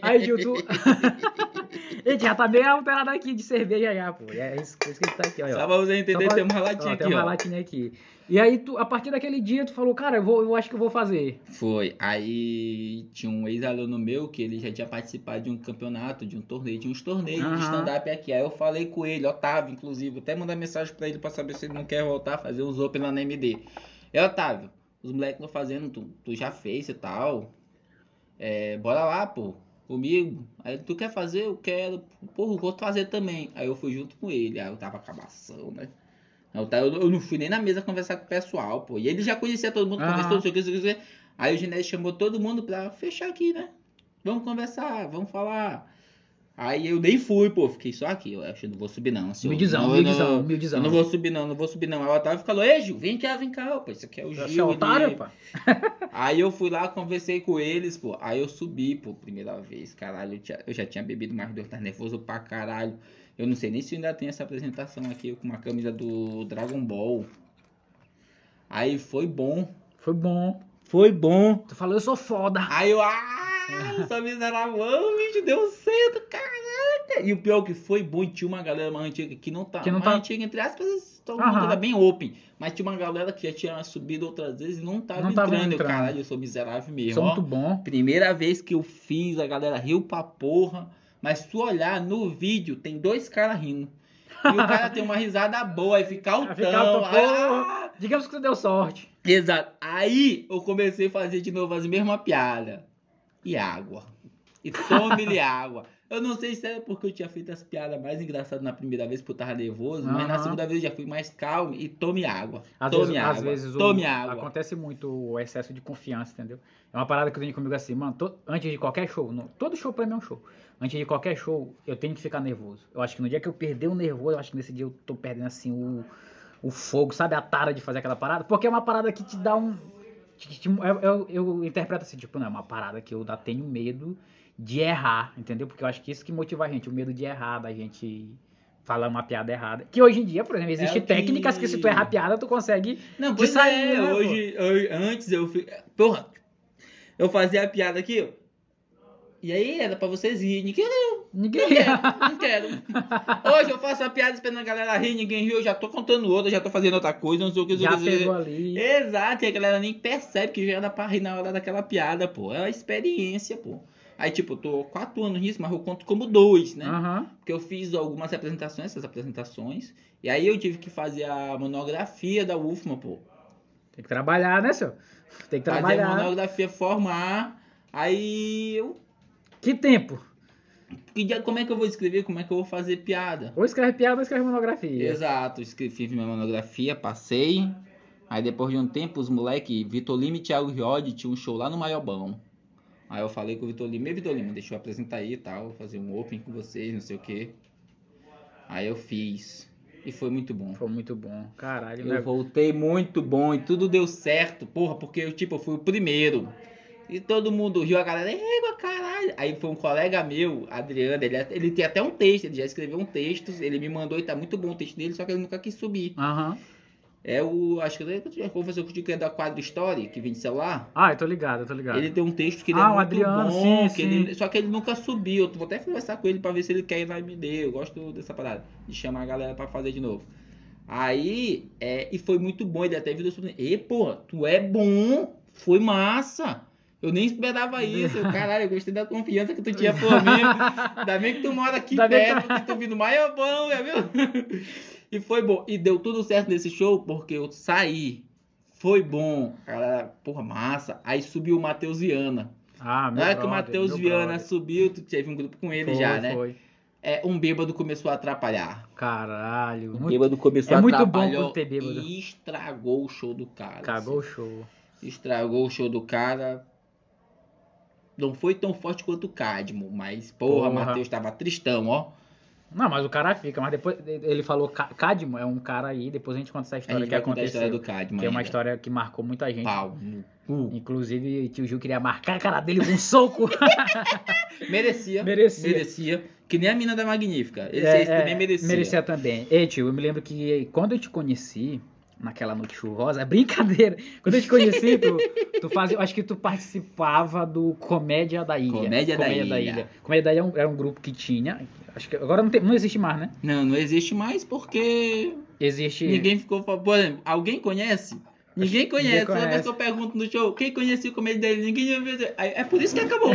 S1: Aí, Gil, tu... A [LAUGHS] gente já tá bem alterado aqui de cerveja já, pô. E É isso, por isso que a gente tá aqui, olha, ó.
S2: Só pra você entender,
S1: Só pra-
S2: tem uma latinha
S1: Ó,
S2: aqui,
S1: tem uma
S2: ó.
S1: latinha aqui. E aí, tu, a partir daquele dia, tu falou, cara, eu, vou, eu acho que eu vou fazer.
S2: Foi. Aí tinha um ex-aluno meu que ele já tinha participado de um campeonato, de um torneio, de uns torneios
S1: Aham.
S2: de stand-up aqui. Aí eu falei com ele, Otávio, inclusive, até mandar mensagem pra ele pra saber se ele não quer voltar a fazer uns open lá na MD. É, Otávio, os moleques estão fazendo, tu, tu já fez e tal. É, bora lá, pô, comigo. Aí tu quer fazer? Eu quero. Pô, eu vou fazer também. Aí eu fui junto com ele. Aí eu tava acabação, né? Eu, tava- eu não fui nem na mesa conversar com o pessoal, pô. E ele já conhecia todo mundo,
S1: Aham.
S2: conversou, não sei o que, não sei o que. Aí o Ginés chamou todo mundo pra fechar aqui, né? Vamos conversar, vamos falar. Aí eu nem fui, pô, fiquei só aqui. Eu acho que não vou subir, não. senhor.
S1: Humildizão,
S2: Não,
S1: humildizão,
S2: não, eu
S1: humildizão.
S2: não vou subir, não, não vou subir, não. Aí o Otávio falou, ei, Gil, vem cá, vem cá, pô. Isso aqui é o Gil.
S1: Você é
S2: ele-
S1: otário, pá.
S2: Aí eu fui lá, conversei com eles, pô. Aí eu subi, pô, primeira vez, caralho. Eu, tinha- eu já tinha bebido mais dois, tá nervoso pra caralho. Eu não sei nem se ainda tem essa apresentação aqui com uma camisa do Dragon Ball. Aí foi bom.
S1: Foi bom.
S2: Foi bom.
S1: Tu falou, eu sou foda.
S2: Aí eu, ah, eu só me deram a mão, bicho, deu certo, caraca. E o pior é que foi bom, e tinha uma galera mais antiga que não tá,
S1: Que não
S2: mais
S1: tá-
S2: antiga, entre aspas, todo
S1: Aham.
S2: mundo era bem open. Mas tinha uma galera que já tinha subido outras vezes e não tava
S1: Não tava
S2: entrando. Eu,
S1: entrando.
S2: Caralho, eu sou miserável mesmo.
S1: Sou um
S2: ó.
S1: muito bom.
S2: Primeira vez que eu fiz, a galera riu pra porra. Mas se tu olhar no vídeo, tem dois caras rindo. E o cara tem uma risada boa, aí fica altão.
S1: Aí fica altão,
S2: ah,
S1: Digamos que tu deu sorte.
S2: Exato. Aí eu comecei a fazer de novo as mesmas piadas. E água.
S1: [LAUGHS]
S2: E tome-lhe água. Eu não sei se era porque eu tinha feito as piadas mais engraçadas na primeira vez, porque eu tava nervoso, mas na
S1: Aham.
S2: segunda vez eu já fui mais calmo e tome água.
S1: Às
S2: tome
S1: vezes,
S2: água.
S1: às vezes o-
S2: tome água.
S1: acontece muito o excesso de confiança, entendeu? É uma parada que eu tenho comigo assim, mano, to- antes de qualquer show, no- todo show pra mim é um show. Antes de qualquer show, eu tenho que ficar nervoso. Eu acho que no dia que eu perder o nervoso, eu acho que nesse dia eu tô perdendo assim o, o fogo, sabe? A tara de fazer aquela parada. Porque é uma parada que te dá um. te- te- te- eu, eu- eu interpreto assim, tipo, não, é uma parada que eu ainda tenho medo de errar, entendeu? Porque eu acho que isso que motiva a gente, o medo de errar, da gente falar uma piada errada. Que hoje em dia, por exemplo, existem
S2: É o que-
S1: técnicas que se tu errar a piada, tu consegue
S2: Não,
S1: de
S2: pois
S1: sair,
S2: é,
S1: né, pô?
S2: hoje, hoje- antes eu fui. Porra, eu fazia a piada aqui, ó. E aí era pra vocês rirem. Que
S1: Ninguém.
S2: Não quero, [LAUGHS] não quero. Hoje eu faço a piada esperando a galera rir, ninguém riu, eu já tô contando outra, já tô fazendo outra coisa, não sei o que, não sei
S1: Já
S2: o que, não sei o que.
S1: pegou ali.
S2: Exato, e a galera nem percebe que já era pra rir na hora daquela piada, pô. É uma experiência, pô. Aí, tipo, eu tô quatro anos nisso, mas eu conto como dois, né?
S1: Aham.
S2: Porque eu fiz algumas apresentações, essas apresentações, e aí eu tive que fazer a monografia da UFMA, pô.
S1: Tem que trabalhar, né, senhor? Tem que
S2: Fazer a
S1: trabalhar.
S2: monografia, formar, aí eu
S1: Que tempo?
S2: que dia- como é que eu vou escrever? Como é que eu vou fazer piada?
S1: Ou escreve piada ou escreve monografia.
S2: Exato, escrevi, fiz minha monografia, passei. Aí depois de um tempo, os moleque, Vitor Lima e Thiago Riode tinham um show lá no Maiobão. Aí eu falei com o Vitor Lima, e Vitor Lima, deixa eu apresentar aí e tal, fazer um open com vocês, não sei o quê. Aí eu fiz. E foi muito bom.
S1: Foi muito bom. Caralho, né?
S2: Eu voltei muito bom e tudo deu certo, porra, porque eu, tipo, eu fui o primeiro. E todo mundo riu, a galera, égua, caralho. Aí foi um colega meu, Adriano, ele, ele tem até um texto, ele já escreveu um texto, ele me mandou e tá muito bom o texto dele, só que ele nunca quis subir.
S1: Aham.
S2: É o, acho que eu já conversei contigo, que é da Quadro Story, que vem de celular.
S1: Ah, eu tô ligado, eu tô ligado.
S2: Ele tem um texto que ele
S1: Ah,
S2: é
S1: o
S2: muito
S1: Adriano,
S2: bom,
S1: sim,
S2: que
S1: sim.
S2: ele- só que ele nunca subiu. Eu vou até conversar com ele pra ver se ele quer ir lá e me dê. Eu gosto dessa parada, de chamar a galera pra fazer de novo. Aí, é, e foi muito bom, ele até virou sobre... E, pô, tu é bom, foi massa. Eu nem esperava isso, Eu, caralho, eu gostei da confiança que tu tinha por mim. Ainda bem que tu mora aqui
S1: é. [LAUGHS] Ainda bem que
S2: perto, que tu vindo Maiobão, já é viu? [LAUGHS] E foi bom. E deu tudo certo nesse show, porque eu saí. Foi bom. A galera, porra, massa. Aí subiu o Matheus Viana.
S1: Ah, meu
S2: Na hora é que o
S1: brother,
S2: Matheus
S1: meu
S2: Viana
S1: brother.
S2: subiu, tu teve um grupo com ele
S1: Foi,
S2: já, né?
S1: Foi.
S2: É, um bêbado começou a atrapalhar.
S1: Caralho,
S2: O
S1: muito
S2: bêbado começou
S1: é
S2: a
S1: muito bom
S2: atrapalhar.
S1: quando tem bêbado.
S2: E estragou o show do cara.
S1: cagou o show.
S2: Estragou o show do cara. Não foi tão forte quanto o Cadmo, mas porra,
S1: Porra.
S2: Matheus tava tristão, ó.
S1: Não, mas o cara fica, mas depois ele falou Ca- Cadmo é um cara aí, depois a gente conta essa
S2: A
S1: história
S2: gente
S1: que
S2: vai contar a
S1: aconteceu.
S2: história do Cadmo.
S1: que é uma
S2: ainda.
S1: história que marcou muita gente.
S2: Pau no
S1: [LAUGHS]
S2: cu.
S1: Inclusive, tio Gil queria marcar a cara dele com um soco.
S2: Merecia.
S1: Merecia.
S2: Merecia. Que nem a mina da Magnífica. Esse,
S1: É,
S2: esse
S1: é,
S2: também merecia.
S1: Merecia também. Ei, tio, eu me lembro que quando eu te conheci, naquela noite chuvosa, é brincadeira. Quando eu te conheci, tu, tu fazia, eu acho que tu participava do Comédia da Ilha.
S2: Comédia da Ilha.
S1: Comédia da Ilha é um- era um, grupo que tinha, acho que agora não, tem- não existe mais, né?
S2: Não, não existe mais porque
S1: Existe...
S2: Ninguém ficou. fa- Por exemplo, alguém conhece? Ninguém conhece. Toda
S1: conhece.
S2: vez que eu pergunto no show, quem conhecia o comédia dele? Ninguém ia ver. Aí, É por isso que
S1: [LAUGHS]
S2: acabou.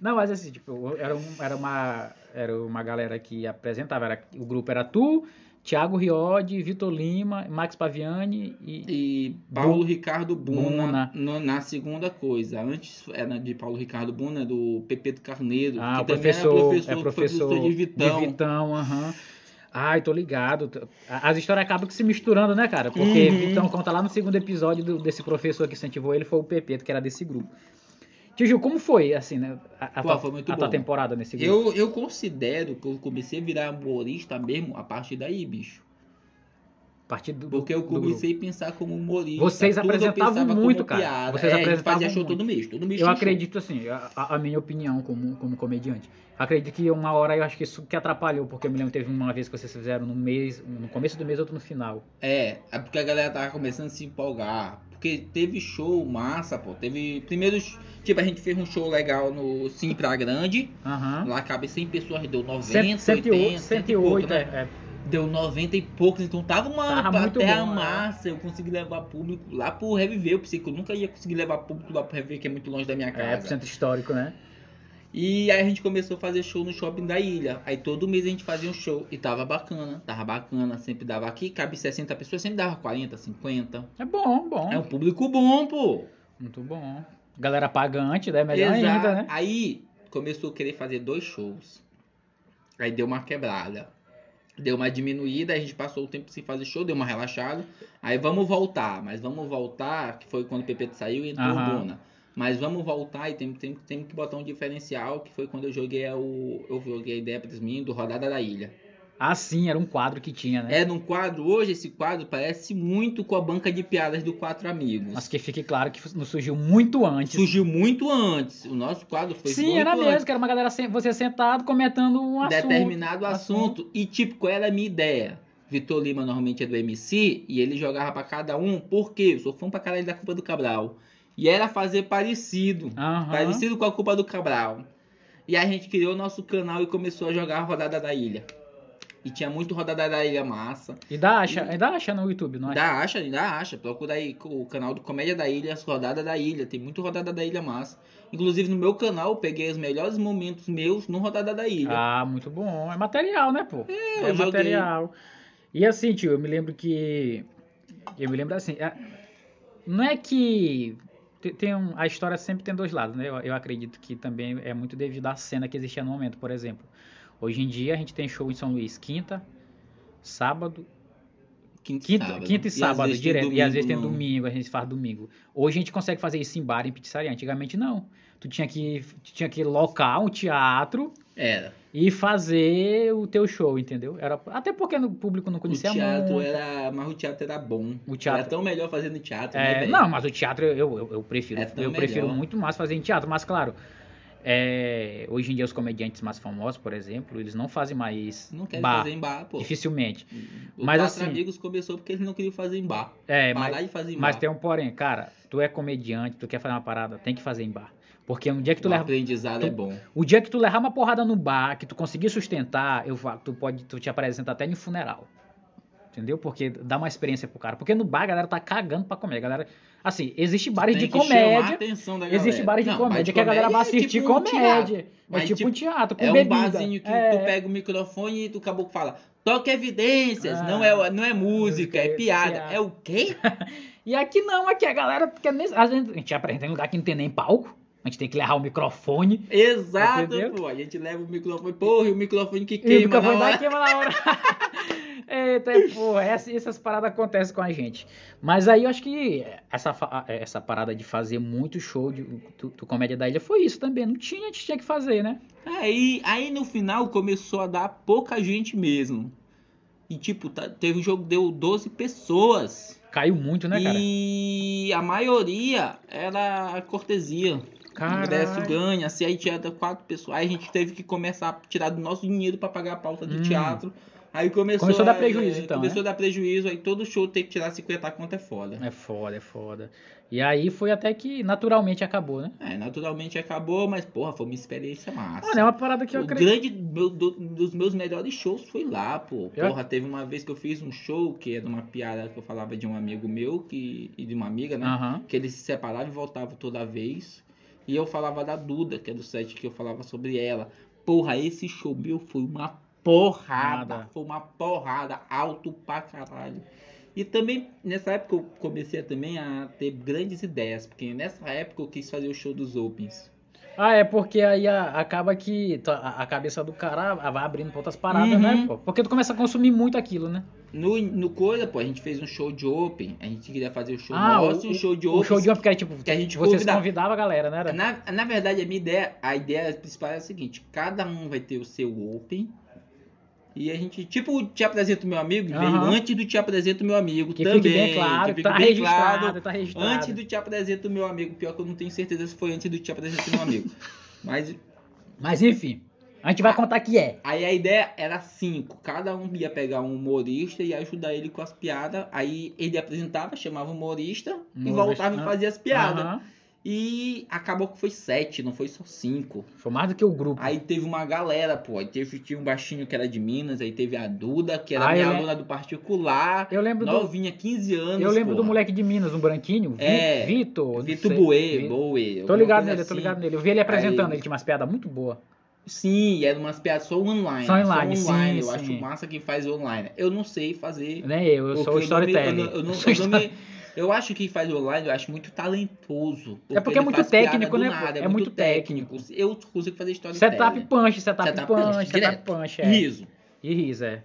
S1: Não, mas assim, tipo, era, um- era uma, era uma galera que apresentava, era- o grupo era tu, Thiago Riode, Vitor Lima, Max Paviani e...
S2: e Paulo Ricardo
S1: Buna.
S2: Buna, no- na segunda coisa. Antes era de Paulo Ricardo Buna, do Pepe do Carneiro,
S1: Ah, o
S2: que também
S1: professor,
S2: era professor,
S1: é
S2: foi professor de Vitão.
S1: Vitão, aham. Ai, tô ligado. Tô- a- As histórias acabam se misturando, né, cara? Porque
S2: Uhum.
S1: Vitão conta lá no segundo episódio do- desse professor que incentivou ele, foi o Pepeto, que era desse grupo. Tio Gil, como foi, assim, né? A, a
S2: Pô,
S1: tua,
S2: foi muito
S1: a tua
S2: bom.
S1: temporada nesse grupo?
S2: Eu, eu considero que eu comecei a virar humorista mesmo a partir daí, bicho.
S1: A partir do,
S2: Porque eu
S1: do grupo.
S2: comecei a pensar como humorista.
S1: Vocês
S2: tudo eu
S1: apresentavam
S2: pensava
S1: muito,
S2: como
S1: cara.
S2: piada.
S1: Vocês
S2: é, a gente
S1: apresentavam
S2: fazia show
S1: muito.
S2: todo mês, todo mês
S1: Eu
S2: tinha show.
S1: acredito, assim, a, a- a minha opinião como, como comediante. Acredito que uma hora eu acho que isso que atrapalhou, porque eu me lembro que teve uma vez que vocês fizeram no mês, um no começo do mês, outro no final.
S2: É, é porque a galera tava começando a se empolgar. Porque teve show massa, pô. Teve. Primeiro. Tipo, a gente fez um show legal no Sim pra Grande.
S1: Aham.
S2: Lá cabe 100 pessoas, deu 90,
S1: 108,
S2: 80, 100 e pouco,
S1: 108,
S2: né?
S1: é, é,
S2: Deu 90 e poucos, então tava uma
S1: Tava muito
S2: plateia
S1: bom, né?
S2: massa. Eu consegui levar público lá pro Reviver. Eu pensei que eu nunca ia conseguir levar público lá pro Reviver, que é muito longe da minha
S1: é, pro
S2: casa.
S1: centro histórico, né?
S2: E aí a gente começou a fazer show no shopping da ilha. Aí todo mês a gente fazia um show. E tava bacana, tava bacana. Sempre dava aqui, cabe 60 pessoas, sempre dava 40, 50.
S1: É bom, bom.
S2: É um público bom, pô.
S1: Muito bom. Galera pagante, né? Melhor
S2: Exato.
S1: ainda, né?
S2: Aí começou a querer fazer dois shows. Aí deu uma quebrada. Deu uma diminuída, a gente passou o tempo sem fazer show, deu uma relaxada. Aí vamos voltar, mas vamos voltar, que foi quando o Pepeto saiu e entrou o
S1: Aham.
S2: Bona. Mas vamos voltar e temos tem, tem que botar um diferencial, que foi quando eu joguei o. Eu joguei a ideia pra meninos do Rodada da Ilha.
S1: Ah, sim, era um quadro que tinha, né?
S2: Era um quadro, hoje esse quadro parece muito com a banca de piadas do Quatro Amigos.
S1: Mas que fique claro que não surgiu muito antes.
S2: Surgiu muito antes. O nosso quadro foi
S1: Sim,
S2: muito
S1: era
S2: antes.
S1: mesmo, que era uma galera sem, você sentado comentando um assunto.
S2: determinado assunto. E tipo, qual era a minha ideia? Vitor Lima normalmente é do MC e ele jogava pra cada um, porque eu sou fã pra caralho da Copa do Cabral. E era fazer parecido,
S1: Aham.
S2: parecido com a Copa do Cabral. E a gente criou o nosso canal e começou a jogar a Rodada da Ilha. E tinha muito Rodada da Ilha massa.
S1: E dá acha, ainda acha no YouTube, não é?
S2: Ainda acha, ainda acha. Procura aí o canal do Comédia da Ilha, as Rodada da Ilha. Tem muito Rodada da Ilha massa. Inclusive no meu canal eu peguei os melhores momentos meus no Rodada da Ilha.
S1: Ah, muito bom. É material, né, pô? É,
S2: eu joguei.
S1: material. E assim, tio, eu me lembro é que. Eu me lembro assim. a- Não é que te- tem um- a história sempre tem dois lados, né? Eu, eu acredito que também é muito devido à cena que existia no momento, por exemplo. Hoje em dia a gente tem show em São Luís quinta, sábado,
S2: Quinta,
S1: quinta,
S2: sábado.
S1: quinta e
S2: às
S1: sábado
S2: vezes tem
S1: direto, e às vezes tem
S2: no-
S1: domingo, a gente faz domingo. Hoje a gente consegue fazer isso em bar, em pizzaria. Antigamente não. Tu tinha que tu tinha que locar um teatro
S2: Era.
S1: e fazer o teu show, entendeu? Era até porque o público não
S2: O
S1: conhecia
S2: teatro é
S1: muito.
S2: era. Mas o teatro era bom.
S1: O teatro-
S2: Era tão melhor fazer no teatro,
S1: É,
S2: né, velho?
S1: não, mas o teatro eu, eu, eu prefiro.
S2: É tão
S1: eu prefiro
S2: melhor.
S1: muito mais fazer em teatro, mas claro. é, hoje em dia os comediantes mais famosos, por exemplo, eles não fazem mais
S2: Não querem
S1: bar,
S2: fazer em bar, pô.
S1: dificilmente.
S2: O
S1: Mas
S2: Quatro
S1: assim-
S2: Amigos começou porque eles não queriam fazer em bar.
S1: É,
S2: Parar
S1: mas,
S2: e fazer em
S1: mas
S2: bar.
S1: tem um porém, cara, tu é comediante, tu quer fazer uma parada, tem que fazer em bar. Porque um dia que tu
S2: O
S1: leva, um
S2: aprendizado
S1: tu-
S2: é bom.
S1: o dia que tu levar uma porrada no bar, que tu conseguir sustentar, eu fa- tu pode tu te apresenta até em funeral. Entendeu? Porque dá uma experiência pro cara. Porque no bar a galera tá cagando pra comer. A galera, assim, existe bares
S2: Tem
S1: de
S2: que chamar a
S1: comédia,
S2: atenção da
S1: Existe
S2: galera.
S1: bares de
S2: Não, bar
S1: comédia que a galera vai
S2: comédia é
S1: assistir
S2: tipo um teatro.
S1: comédia.
S2: Mas
S1: é tipo,
S2: tipo,
S1: um teatro, com
S2: É um
S1: bebida.
S2: barzinho que
S1: É.
S2: tu pega o microfone e tu acabou que fala. Toca evidências,
S1: Ah,
S2: não, é, não é
S1: música,
S2: música,
S1: é
S2: é piada.
S1: piada.
S2: É o quê?
S1: E aqui não, aqui a galera quer nem. A gente, a gente aprende tem lugar que não tem nem palco. A gente tem que levar o microfone.
S2: Exato,
S1: Entendeu?
S2: pô. A gente leva o microfone, porra, e o microfone que
S1: E o
S2: queima.
S1: microfone
S2: na
S1: dá
S2: hora.
S1: queima na hora. [LAUGHS] Eita, é, pô, essa- essas paradas acontecem com a gente. Mas aí eu acho que essa, fa- essa parada de fazer muito show de, do, do Comédia da Ilha foi isso também. Não tinha, a gente tinha que fazer, né?
S2: Aí, aí no final começou a dar pouca gente mesmo. E tipo, tá- teve um jogo que deu 12 pessoas.
S1: Caiu muito, né, cara?
S2: E a maioria era cortesia. Ingresso
S1: Caralho.
S2: ganha, se aí tinha quatro pessoas. Aí a gente teve que começar a tirar do nosso dinheiro pra pagar a pauta do
S1: Hum.
S2: teatro. Aí começou,
S1: Começou a dar prejuízo,
S2: é,
S1: então,
S2: Começou a dar prejuízo, aí todo show tem que tirar 50 conto é foda.
S1: É foda, é foda. E aí foi até que naturalmente acabou, né?
S2: É, naturalmente acabou, mas porra, foi uma experiência massa.
S1: Mano, é uma parada que eu
S2: O
S1: acredito.
S2: grande meu- do- dos meus melhores shows foi lá, pô.
S1: Eu-
S2: Porra, teve uma vez que eu fiz um show que era uma piada que eu falava de um amigo meu que, e de uma amiga, né?
S1: Aham.
S2: Que eles se separavam e voltavam toda vez. E eu falava da Duda, que é do set que eu falava sobre ela. Porra, esse show meu foi uma porrada.
S1: Nada.
S2: Foi uma porrada. Alto pra caralho. E também, nessa época, eu comecei também a ter grandes ideias. Porque nessa época eu quis fazer o show dos Opens.
S1: Ah, é porque aí a- acaba que tu- a, a cabeça do cara a- vai abrindo pra outras paradas,
S2: Uhum.
S1: né? pô? Porque tu começa a consumir muito aquilo, né?
S2: No, no Coisa, pô, a gente fez um show de Open. A gente queria fazer o show
S1: Ah,
S2: nosso e um show de Open.
S1: O show de uma porque era tipo,
S2: que a gente
S1: vocês
S2: convidava.
S1: convidavam a galera, né? Era-
S2: Na, na verdade, a minha ideia, a ideia principal é a seguinte: cada um vai ter o seu Open. E a gente, tipo, o te apresento meu amigo, veio
S1: Aham.
S2: antes do te apresento meu amigo
S1: que
S2: também.
S1: fique bem claro,
S2: que fique
S1: tá
S2: bem
S1: registrado,
S2: claro.
S1: tá registrado.
S2: Antes do te apresento meu amigo, pior que eu não tenho certeza se foi antes do te apresento
S1: [LAUGHS]
S2: meu amigo. Mas
S1: Mas enfim, a gente vai contar que é.
S2: Aí a ideia era cinco. Cada um ia pegar um humorista e ajudar ele com as piadas. Aí ele apresentava, chamava o humorista e
S1: Humorista,
S2: voltava
S1: né?
S2: e fazia as piadas.
S1: Aham.
S2: E acabou que foi sete, não foi só cinco.
S1: Foi mais do que o grupo.
S2: Aí teve uma galera, pô. Aí teve tinha um baixinho que era de Minas, aí teve a Duda, que era
S1: Ah,
S2: minha
S1: eu le-
S2: aluna do particular.
S1: eu lembro do,
S2: Novinha, 15 anos.
S1: eu lembro do
S2: porra.
S1: moleque de Minas, um branquinho, Vi-
S2: É,
S1: Vitor. não
S2: Vitor
S1: sei,
S2: Boe,
S1: Vi-
S2: Boe.
S1: Tô
S2: alguma
S1: ligado
S2: coisa
S1: nele, eu tô
S2: assim.
S1: ligado nele. Eu vi ele apresentando,
S2: Aí-
S1: ele tinha umas piadas muito boas.
S2: Sim, e eram umas piadas só online.
S1: Só online, sim,
S2: online. Eu
S1: sim.
S2: acho massa quem faz online. Eu não sei
S1: Nem
S2: fazer
S1: né, eu, eu
S2: Porque
S1: [LAUGHS] sou o
S2: não me- eu
S1: storytelling.
S2: não- Eu, não- eu não me- eu acho que faz online, eu acho muito talentoso.
S1: É porque é
S2: ele
S1: muito
S2: faz piada
S1: técnico,
S2: do
S1: né, pô?
S2: Nada,
S1: É
S2: é,
S1: muito
S2: muito, técnico. Eu consigo fazer
S1: Setup
S2: storytelling.
S1: punch, setup,
S2: Setup
S1: punch,
S2: punch,
S1: setup
S2: direto.
S1: punch, é.
S2: Riso.
S1: E riso, é.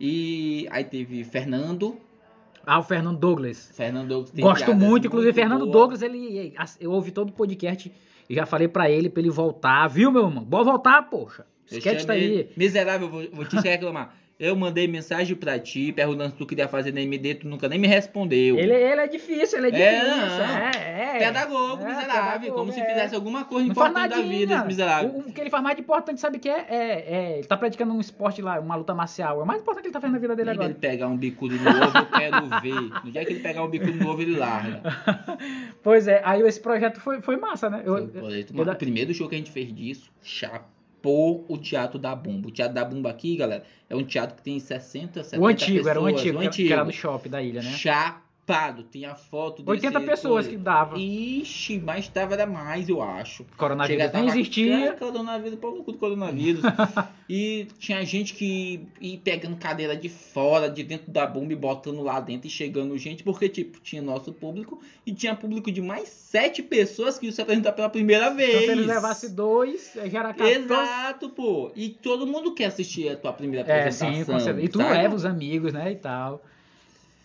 S2: E aí teve Fernando.
S1: Ah, o Fernando Douglas.
S2: Fernando tem
S1: Gosto
S2: piadas
S1: muito, inclusive, Fernando
S2: boas.
S1: Douglas, ele. Eu ouvi todo o podcast e já falei pra ele pra ele voltar, viu, meu irmão? Bora voltar, poxa. O
S2: Eu
S1: sketch tá
S2: chamei-
S1: aí.
S2: Miserável, vou, vou te reclamar. Eu mandei mensagem pra ti, perguntando se tu queria fazer na MD, tu nunca nem me respondeu.
S1: Ele, ele é difícil, ele é
S2: É,
S1: difícil.
S2: não.
S1: É, é.
S2: Pedagogo,
S1: É,
S2: miserável.
S1: pedagogo,
S2: como se
S1: é.
S2: fizesse alguma coisa
S1: Não faz
S2: um importante da
S1: nada
S2: vida, esse miserável.
S1: O, o que ele faz mais de importante, sabe o que é? É, é, Ele tá praticando um esporte lá, uma luta marcial. É o mais importante que ele tá fazendo na vida dele
S2: Quando
S1: agora.
S2: ele pegar um bicudo no ovo, eu quero ver. No dia que ele pegar um bicudo no ovo, ele larga.
S1: pois é, aí esse projeto foi, foi massa, né? [LAUGHS] Eu-
S2: Foi um projeto-
S1: eu-
S2: o primeiro show que a gente fez disso, chapou o Teatro da Bumba. O Teatro da Bumba aqui, galera, é um teatro que tem 60, 70
S1: o antigo,
S2: pessoas.
S1: era o antigo, que era-
S2: antigo.
S1: que era no shopping da ilha, né?
S2: Chapou chapado, tem a foto desse
S1: 80 pessoas que dava.
S2: Ixi, mas tava era mais, eu acho.
S1: Coronavírus
S2: Chega,
S1: nem
S2: tava-
S1: existia.
S2: Cara, é coronavírus, pau no cu do
S1: [LAUGHS]
S2: coronavírus. e tinha gente que ia pegando cadeira de fora, de dentro da bomba e botando lá dentro e chegando gente, porque, tipo, tinha nosso público e tinha público de mais sete pessoas que iam se apresentar pela primeira
S1: Então,
S2: vez.
S1: se eles levassem dois, já era 14.
S2: É Exato, pô. E todo mundo quer assistir a tua primeira
S1: É,
S2: apresentação.
S1: sim, com certeza. E tu
S2: sabe?
S1: leva os amigos, né, e tal.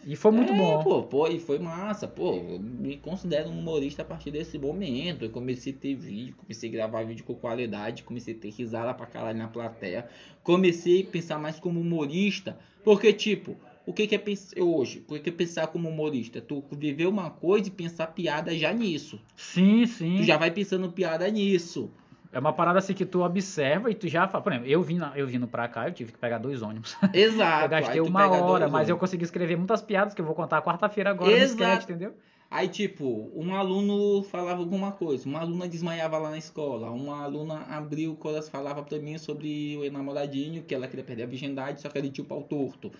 S1: E foi muito
S2: É,
S1: bom.
S2: Pô, pô, e foi massa, pô. Eu me considero um humorista a partir desse momento. Eu comecei a ter vídeo, comecei a gravar vídeo com qualidade, comecei a ter risada pra caralho na plateia. Comecei a pensar mais como humorista. Porque, tipo, o que, que é pensar hoje? O que que é pensar como humorista? Tu viver uma coisa e pensar piada já nisso.
S1: Sim, sim.
S2: Tu já vai pensando piada nisso. [LAUGHS]
S1: É uma parada assim que tu observa e tu já fala. Por exemplo, eu vindo, eu vindo pra cá, eu tive que pegar dois ônibus.
S2: Exato.
S1: eu gastei
S2: Ah, Aí tu
S1: uma
S2: pega dois
S1: hora, mas
S2: ônibus.
S1: eu consegui escrever muitas piadas que eu vou contar quarta-feira agora no
S2: Exato.
S1: sketch, entendeu?
S2: Aí, tipo, um aluno falava alguma coisa, uma aluna desmaiava lá na escola, uma aluna abriu o coração, falava pra mim sobre o namoradinho, que ela queria perder a virgindade, só que ele tinha o pau
S1: [LAUGHS]
S2: torto.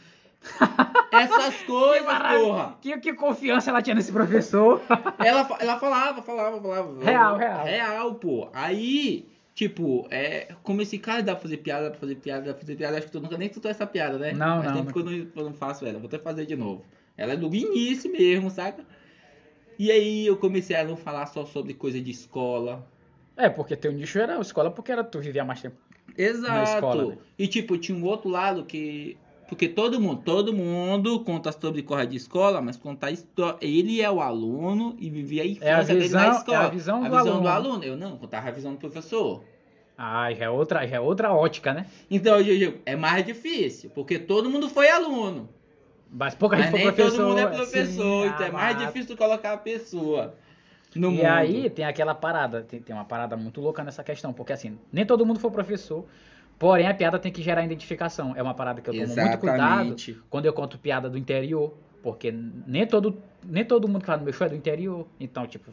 S2: Essas coisas,
S1: maravilha.
S2: porra!
S1: Que, que confiança ela tinha nesse professor.
S2: Ela, fa- ela falava, falava, falava.
S1: Real, real.
S2: Real, pô. Aí, tipo, é, comecei, cara, dá pra fazer piada, dá pra fazer piada, dá pra fazer piada. Acho que tu nunca nem escutou essa piada, né?
S1: Não,
S2: Faz
S1: não,
S2: tempo que eu não, eu não faço ela. Vou até fazer de novo. Ela é do início mesmo, saca? E aí eu comecei a não falar só sobre coisa de escola.
S1: É, porque teu nicho era a escola, porque era tu vivia mais tempo.
S2: Exato.
S1: escola, né?
S2: E tipo, tinha um outro lado que. Porque todo mundo, todo mundo conta sobre corra de escola, mas contar história. Ele é o aluno e vivia a infância dele na
S1: visão- é a
S2: escola.
S1: visão do aluno.
S2: do aluno. Eu não, contava a visão do professor.
S1: Ah, já é outra, já é outra ótica, né?
S2: Então, hoje eu digo, é mais difícil, porque todo mundo foi aluno.
S1: Mas pouca
S2: Mas
S1: gente
S2: nem
S1: foi professor.
S2: todo mundo é
S1: assim,
S2: professor, então é mais
S1: amado.
S2: difícil tu colocar a pessoa no
S1: e
S2: mundo.
S1: aí tem aquela parada, tem, tem uma parada muito louca nessa questão, porque assim, nem todo mundo foi professor, porém a piada tem que gerar identificação. É uma parada que eu tomo muito cuidado
S2: Exatamente.
S1: quando eu conto piada do interior, porque nem todo, nem todo mundo que fala no meu show é do interior. Então, tipo,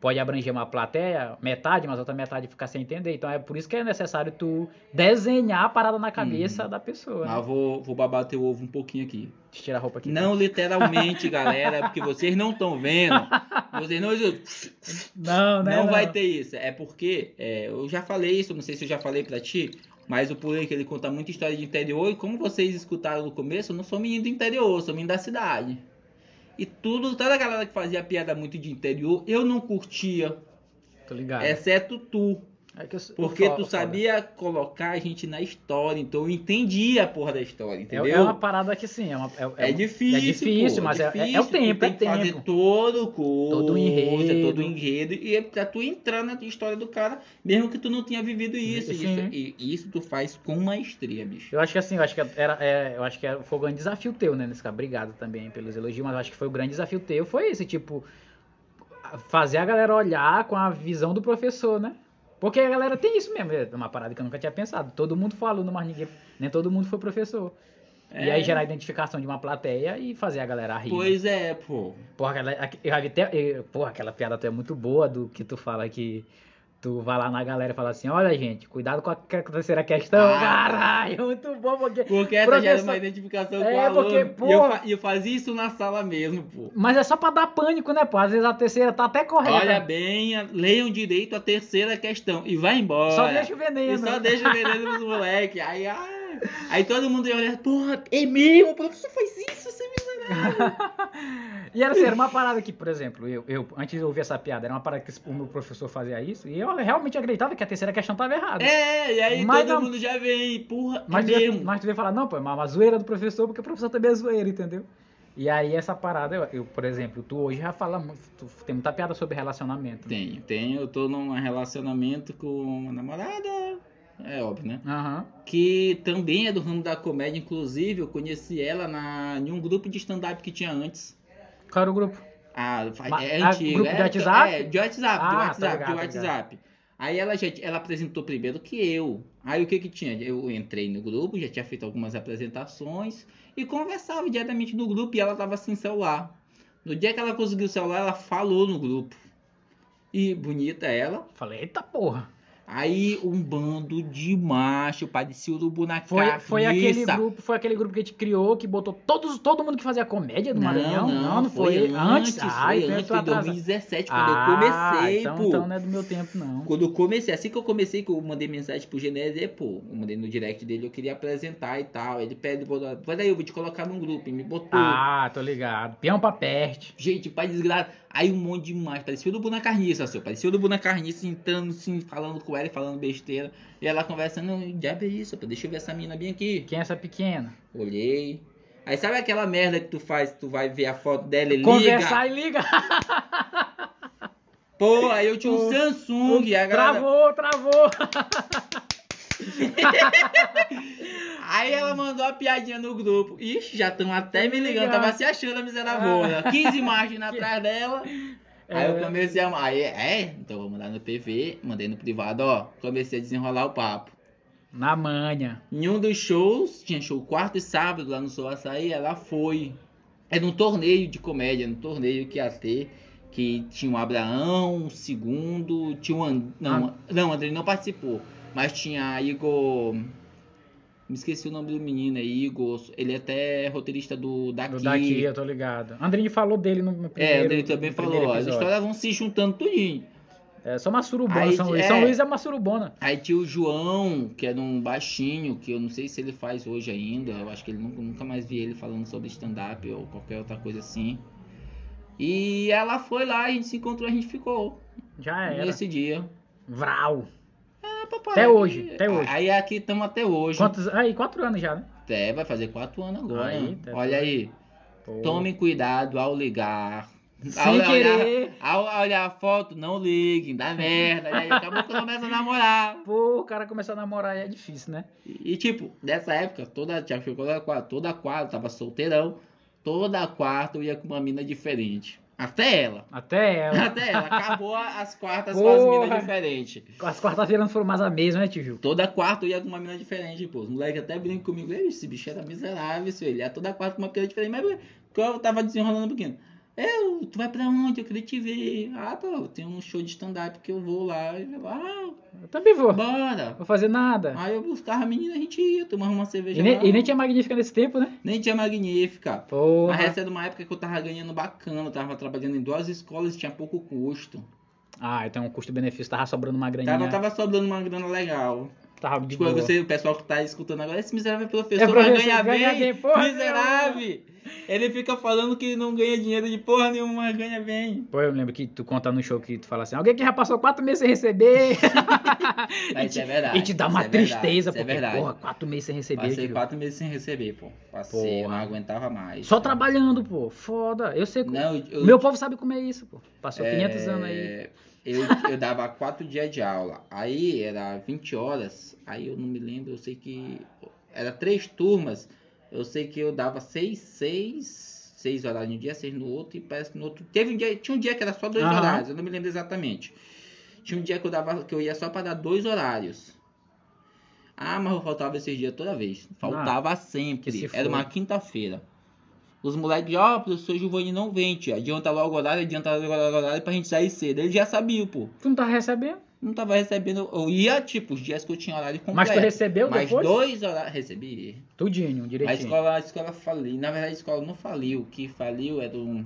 S1: pode abranger uma plateia, metade, mas outra metade fica sem entender. Então é por isso que é necessário tu desenhar a parada na cabeça da pessoa.
S2: Uhum. Mas
S1: Né?
S2: eu vou, vou babar teu ovo um pouquinho aqui.
S1: Deixa eu tirar a roupa aqui. [LAUGHS]
S2: Não literalmente, galera, porque vocês não estão vendo. Vocês não.
S1: não, né,
S2: Não vai ter isso. É porque é, eu já falei isso, não sei se eu já falei pra ti, mas o Pulei que ele conta muita história de interior e como vocês escutaram no começo, eu não sou menino do interior, eu sou menino da cidade. E tudo, toda a galera que fazia piada muito de interior, eu não curtia,
S1: Tô ligado.
S2: exceto tu.
S1: É que eu sou-
S2: Porque
S1: foda,
S2: tu
S1: foda.
S2: sabia colocar a gente na história, então eu entendia a porra da história,
S1: É,
S2: entendeu?
S1: é uma parada que sim, é, uma, é, é
S2: É
S1: um-
S2: difícil,
S1: é difícil,
S2: pô,
S1: mas é- é- é o
S2: difícil,
S1: tempo,
S2: tu
S1: é
S2: tem que fazer
S1: tempo.
S2: todo o curso,
S1: Todo o enredo.
S2: todo o enredo, e é pra tu entrar na história do cara, mesmo que tu não tenha vivido isso.
S1: Sim.
S2: Isso, e isso tu faz com maestria, bicho.
S1: Eu acho que assim, eu acho que era, é, eu acho que era- foi um grande desafio teu, né, Nesca? Obrigado também pelos elogios, mas eu acho que foi o grande desafio teu, foi esse, tipo, fazer a galera olhar com a visão do professor, né? Porque a galera tem isso mesmo, é uma parada que eu nunca tinha pensado. Todo mundo foi aluno, mas ninguém, nem todo mundo foi professor. E
S2: É.
S1: aí gerar a identificação de uma plateia e fazer a galera rir. né?
S2: Pois é, pô.
S1: Porra, aquela, aque- eu já vi até, eu- porra, aquela piada tua é muito boa do que tu fala que tu vai lá na galera e fala assim, olha gente, cuidado com a que- terceira questão,
S2: Ah.
S1: caralho, muito bom, porque...
S2: Porque essa já era
S1: Professor-
S2: uma identificação
S1: É,
S2: com o aluno.
S1: porque,
S2: e eu,
S1: porra.
S2: fa- e eu fazia isso na sala mesmo, pô.
S1: Mas é só pra dar pânico, né, pô? Às vezes a terceira tá até correta,
S2: Olha bem, a- leiam direito a terceira questão e vai embora.
S1: só deixa o veneno. né?
S2: E só deixa o veneno nos moleque. Aí, ai, aí todo mundo ia olhar, porra, é mesmo, o professor faz isso, você me
S1: E era assim, era uma parada que, por exemplo, eu, eu antes de ouvir essa piada, era uma parada que o meu professor fazia isso, e eu realmente acreditava que a terceira questão tava errada.
S2: É, e aí
S1: Mas
S2: todo
S1: não-
S2: mundo já vem, porra,
S1: Mas,
S2: é
S1: tu ia,
S2: mesmo.
S1: mas tu ia falar, não, pô, é uma, uma zoeira do professor, porque o professor também é zoeira, entendeu? E aí essa parada, eu, eu, por exemplo, tu hoje já fala muito, tu tem muita piada sobre relacionamento. né?
S2: Tenho, tenho, eu tô num relacionamento com uma namorada, é óbvio, né?
S1: Aham.
S2: Que também é do ramo da comédia, inclusive eu conheci ela na, em um grupo de stand-up que tinha antes.
S1: Qual era o grupo?
S2: Ah, fa-
S1: Ma-
S2: é
S1: ah,
S2: antigo.
S1: grupo de
S2: é,
S1: WhatsApp?
S2: É, de WhatsApp, de
S1: Ah,
S2: WhatsApp,
S1: tá ligado,
S2: de
S1: tá
S2: WhatsApp. Aí ela, já, ela apresentou primeiro que eu. Aí o que que tinha? Eu entrei no grupo, já tinha feito algumas apresentações e conversava diariamente no grupo e ela tava sem celular. No dia que ela conseguiu o celular, ela falou no grupo. E bonita ela.
S1: Falei, eita porra.
S2: Aí um bando de macho, parecia urubu na
S1: Foi,
S2: cabeça.
S1: foi aquele grupo, foi aquele grupo que a gente criou que botou todos, todo mundo que fazia comédia do
S2: Não,
S1: Maranhão.
S2: não, foi, antes,
S1: Ah,
S2: foi
S1: então eu
S2: antes,
S1: tô
S2: foi em
S1: atrasado.
S2: 2017, quando
S1: ah,
S2: eu comecei,
S1: então,
S2: pô.
S1: então não é do meu tempo, não.
S2: Quando eu comecei, assim que eu comecei, que eu mandei mensagem pro Genésio, pô, eu mandei no direct dele, eu queria apresentar e tal. Ele pede, botou, vai daí, eu vou te colocar num grupo, e me botou.
S1: Ah, tô ligado. Peão pra perte.
S2: Gente, pai desgraça. Aí um monte de macho, parecia o Dubu na carniça, seu. Parecia o Dubu na carniça, entrando, assim, falando com ela e falando besteira. E ela conversando, "Não, diabo é isso, pô, deixa eu ver essa mina bem aqui.
S1: Quem é essa pequena?
S2: Olhei. Aí sabe aquela merda que tu faz, tu vai ver a foto dela e liga?
S1: Conversar e liga.
S2: Pô, aí eu tinha um
S1: O-
S2: Samsung, e a galera-
S1: Travou, travou.
S2: Aí ela mandou a piadinha no grupo. Ixi, já estão até me ligando.
S1: Ligado.
S2: Tava se achando a miserável. 15 margens atrás dela. Aí eu
S1: É.
S2: comecei a. Aí, é, então vou mandar no PV, mandei no privado, ó. Comecei a desenrolar o papo.
S1: Na manha.
S2: Em um dos shows, tinha show quarto e sábado lá no Sou Açaí, ela foi. Era um torneio de comédia, era um torneio que ia ter. Que tinha o Abraão, o segundo, tinha o And...
S1: Ah.
S2: Não, não, o André não participou. Mas tinha Igor. Me esqueci o nome do menino, é Igor. Ele é até roteirista do Daqui.
S1: Do daqui, eu tô ligado. Andrini falou dele no, no primeiro
S2: É, André também
S1: no
S2: falou,
S1: primeiro
S2: ó, as
S1: episódio.
S2: histórias vão se juntando tudinho.
S1: É só uma surubona,
S2: Aí,
S1: São Luís.
S2: é.
S1: São Luís é uma surubona.
S2: Aí tinha o João, que era um baixinho, que eu não sei se ele faz hoje ainda. Eu acho que ele nunca, nunca mais vi ele falando sobre stand-up ou qualquer outra coisa assim. E ela foi lá, a gente se encontrou, a gente ficou
S1: Já Ah, era.
S2: nesse dia.
S1: Vral.
S2: Ah, papai,
S1: Até
S2: aqui-
S1: hoje, até hoje.
S2: Aí aqui estamos até hoje.
S1: Quantos... Aí, quatro anos já, né?
S2: Até vai fazer quatro anos agora.
S1: Aí, tá
S2: Olha aí.
S1: Pô.
S2: Tomem cuidado ao ligar.
S1: Sem
S2: olhar-
S1: querer.
S2: Ao olhar a foto, não liguem, dá merda. E aí acabou que começa a namorar.
S1: Pô, o cara começou a namorar aí é difícil, né?
S2: E tipo, nessa época, toda, tinha que toda quarta, toda quarta, eu tava solteirão, toda quarta eu ia com uma mina diferente. Até ela. [LAUGHS]
S1: Até é, ela.
S2: Até ela. Acabou as quartas com as
S1: Porra.
S2: minas diferentes.
S1: As quartas-feiras não foram mais a mesma, né, Tiju?
S2: Toda quarta eu ia com uma mina diferente, pô. Os moleques até brincam comigo. Ei, esse bicho era miserável, seu. Ele ia toda quarta com uma mina diferente. Mas porque eu tava desenrolando um pouquinho. Eu, tu vai pra onde? Eu queria te ver. Ah, pô, tem um show de stand-up que eu vou lá. E eu, Ah,
S1: Eu também vou. Não
S2: bora.
S1: vou fazer nada.
S2: Aí eu buscava a menina, a gente ia, tomava uma cerveja.
S1: É. E nem,
S2: lá.
S1: e nem tinha magnífica nesse tempo, né?
S2: Nem tinha magnífica.
S1: Porra.
S2: Mas essa era uma época que eu tava ganhando bacana, eu tava trabalhando em duas escolas, tinha pouco custo.
S1: Ah, então o custo-benefício tava sobrando uma graninha.
S2: Tava, tava sobrando uma grana legal.
S1: Tava de
S2: Tipo,
S1: boa.
S2: você, o pessoal que tá escutando agora, esse miserável professor,
S1: É
S2: vai
S1: professor,
S2: ganhar
S1: ganha
S2: bem,
S1: bem, porra
S2: miserável. Ele fica falando que não ganha dinheiro de porra nenhuma, mas ganha bem.
S1: Pô, eu lembro que tu conta no show que tu fala assim, alguém que já passou quatro meses sem
S2: [LAUGHS]
S1: receber.
S2: Mas
S1: e,
S2: isso
S1: te,
S2: é verdade,
S1: e te dá
S2: isso
S1: uma
S2: é verdade,
S1: tristeza,
S2: isso é
S1: porque,
S2: verdade.
S1: porra, quatro meses sem receber.
S2: Passei
S1: tio.
S2: quatro meses sem receber, pô. Passei, eu
S1: Porra.
S2: não aguentava mais.
S1: Só trabalhando, pô. Foda. Eu sei. que
S2: Não, eu,
S1: Meu povo sabe como é isso, pô. Passou
S2: É,
S1: 500 anos aí.
S2: Eu, eu dava quatro dias de aula. Aí era 20 horas. Aí eu não me lembro, eu sei que. Era três turmas. Eu sei que eu dava seis, seis, seis horas em um dia, seis no outro, e parece que no outro. Teve um dia. Tinha um dia que era só dois
S1: Aham.
S2: horários, eu não me lembro exatamente. Tinha um dia que eu dava, que eu ia só para dar dois horários. Ah, mas eu faltava esses dias toda vez. Faltava
S1: Ah. que
S2: sempre.
S1: se
S2: Era uma
S1: foda.
S2: é quinta-feira. Os moleques, ó, professor Giovanni não vem, tio. Adianta logo o horário, adianta logo o horário pra gente sair cedo. Ele já sabia, pô.
S1: Tu não tá recebendo?
S2: Não tava recebendo. Eu ia, tipo, os dias que eu tinha horário completo.
S1: Mas tu recebeu
S2: é. Mas
S1: depois?
S2: dois horários. Recebi.
S1: Tudinho,
S2: A
S1: direitinho.
S2: escola, a escola faliu. Na verdade, a escola não faliu. O que faliu era um.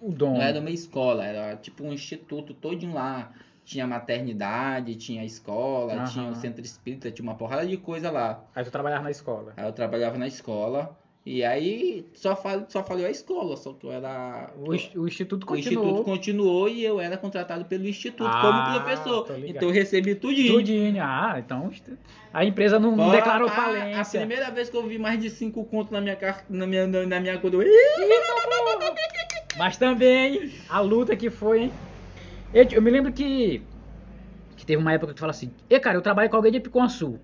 S1: O dom.
S2: Não é era uma escola, era tipo um instituto todinho lá. Tinha maternidade, tinha escola,
S1: Aham.
S2: tinha o centro espírita, tinha uma porrada de coisa lá.
S1: Aí tu trabalhava na escola.
S2: Aí eu trabalhava na escola. E aí só, fal... só falhou a escola, só que eu era.
S1: O, ins- o instituto
S2: O instituto
S1: continuou.
S2: continuou e eu era contratado pelo instituto
S1: Ah,
S2: como professor.
S1: tô ligado.
S2: Então eu recebi tudinho.
S1: Tudinho. Ah, então a empresa não, não
S2: Fora
S1: declarou
S2: a- A,
S1: falência.
S2: primeira vez que eu vi mais de cinco contos na minha car... na minha na, na minha conta. eu-
S1: Mas também a luta que foi, hein? Eu, eu me lembro que, que teve uma época que tu fala assim, e cara, eu trabalho com alguém de Piconsul.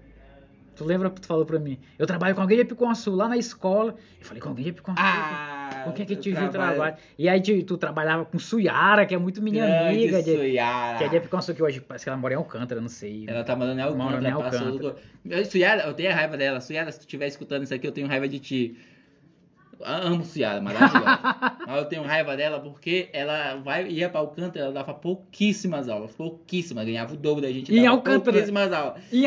S1: Tu lembra que tu falou pra mim? Eu trabalho com alguém de Piconsul lá na escola. Eu falei, com alguém de Piconsul?
S2: Ah!
S1: com quem é que
S2: eu
S1: te viu
S2: trabalho-
S1: trabalho? E aí tu, tu trabalhava com Suyara, que é muito minha
S2: Grande
S1: amiga. De,
S2: Suyara.
S1: que é de Piconsul, que hoje parece que ela mora em Alcântara, não sei.
S2: Ela tá mandando em
S1: Mora em
S2: Alcântara, passou
S1: Alcântara.
S2: do... Eu, Suyara, eu tenho a raiva dela. Suyara, se tu estiver escutando isso aqui, eu tenho raiva de ti. A- Amo Ciara, maravilhosa.
S1: [LAUGHS]
S2: Mas eu tenho raiva dela porque ela vai, ia pra Alcântara, ela dava pouquíssimas aulas, pouquíssimas, ganhava o dobro da gente.
S1: Em
S2: dava
S1: Alcântara?
S2: Pouquíssimas aulas.
S1: Em
S2: E,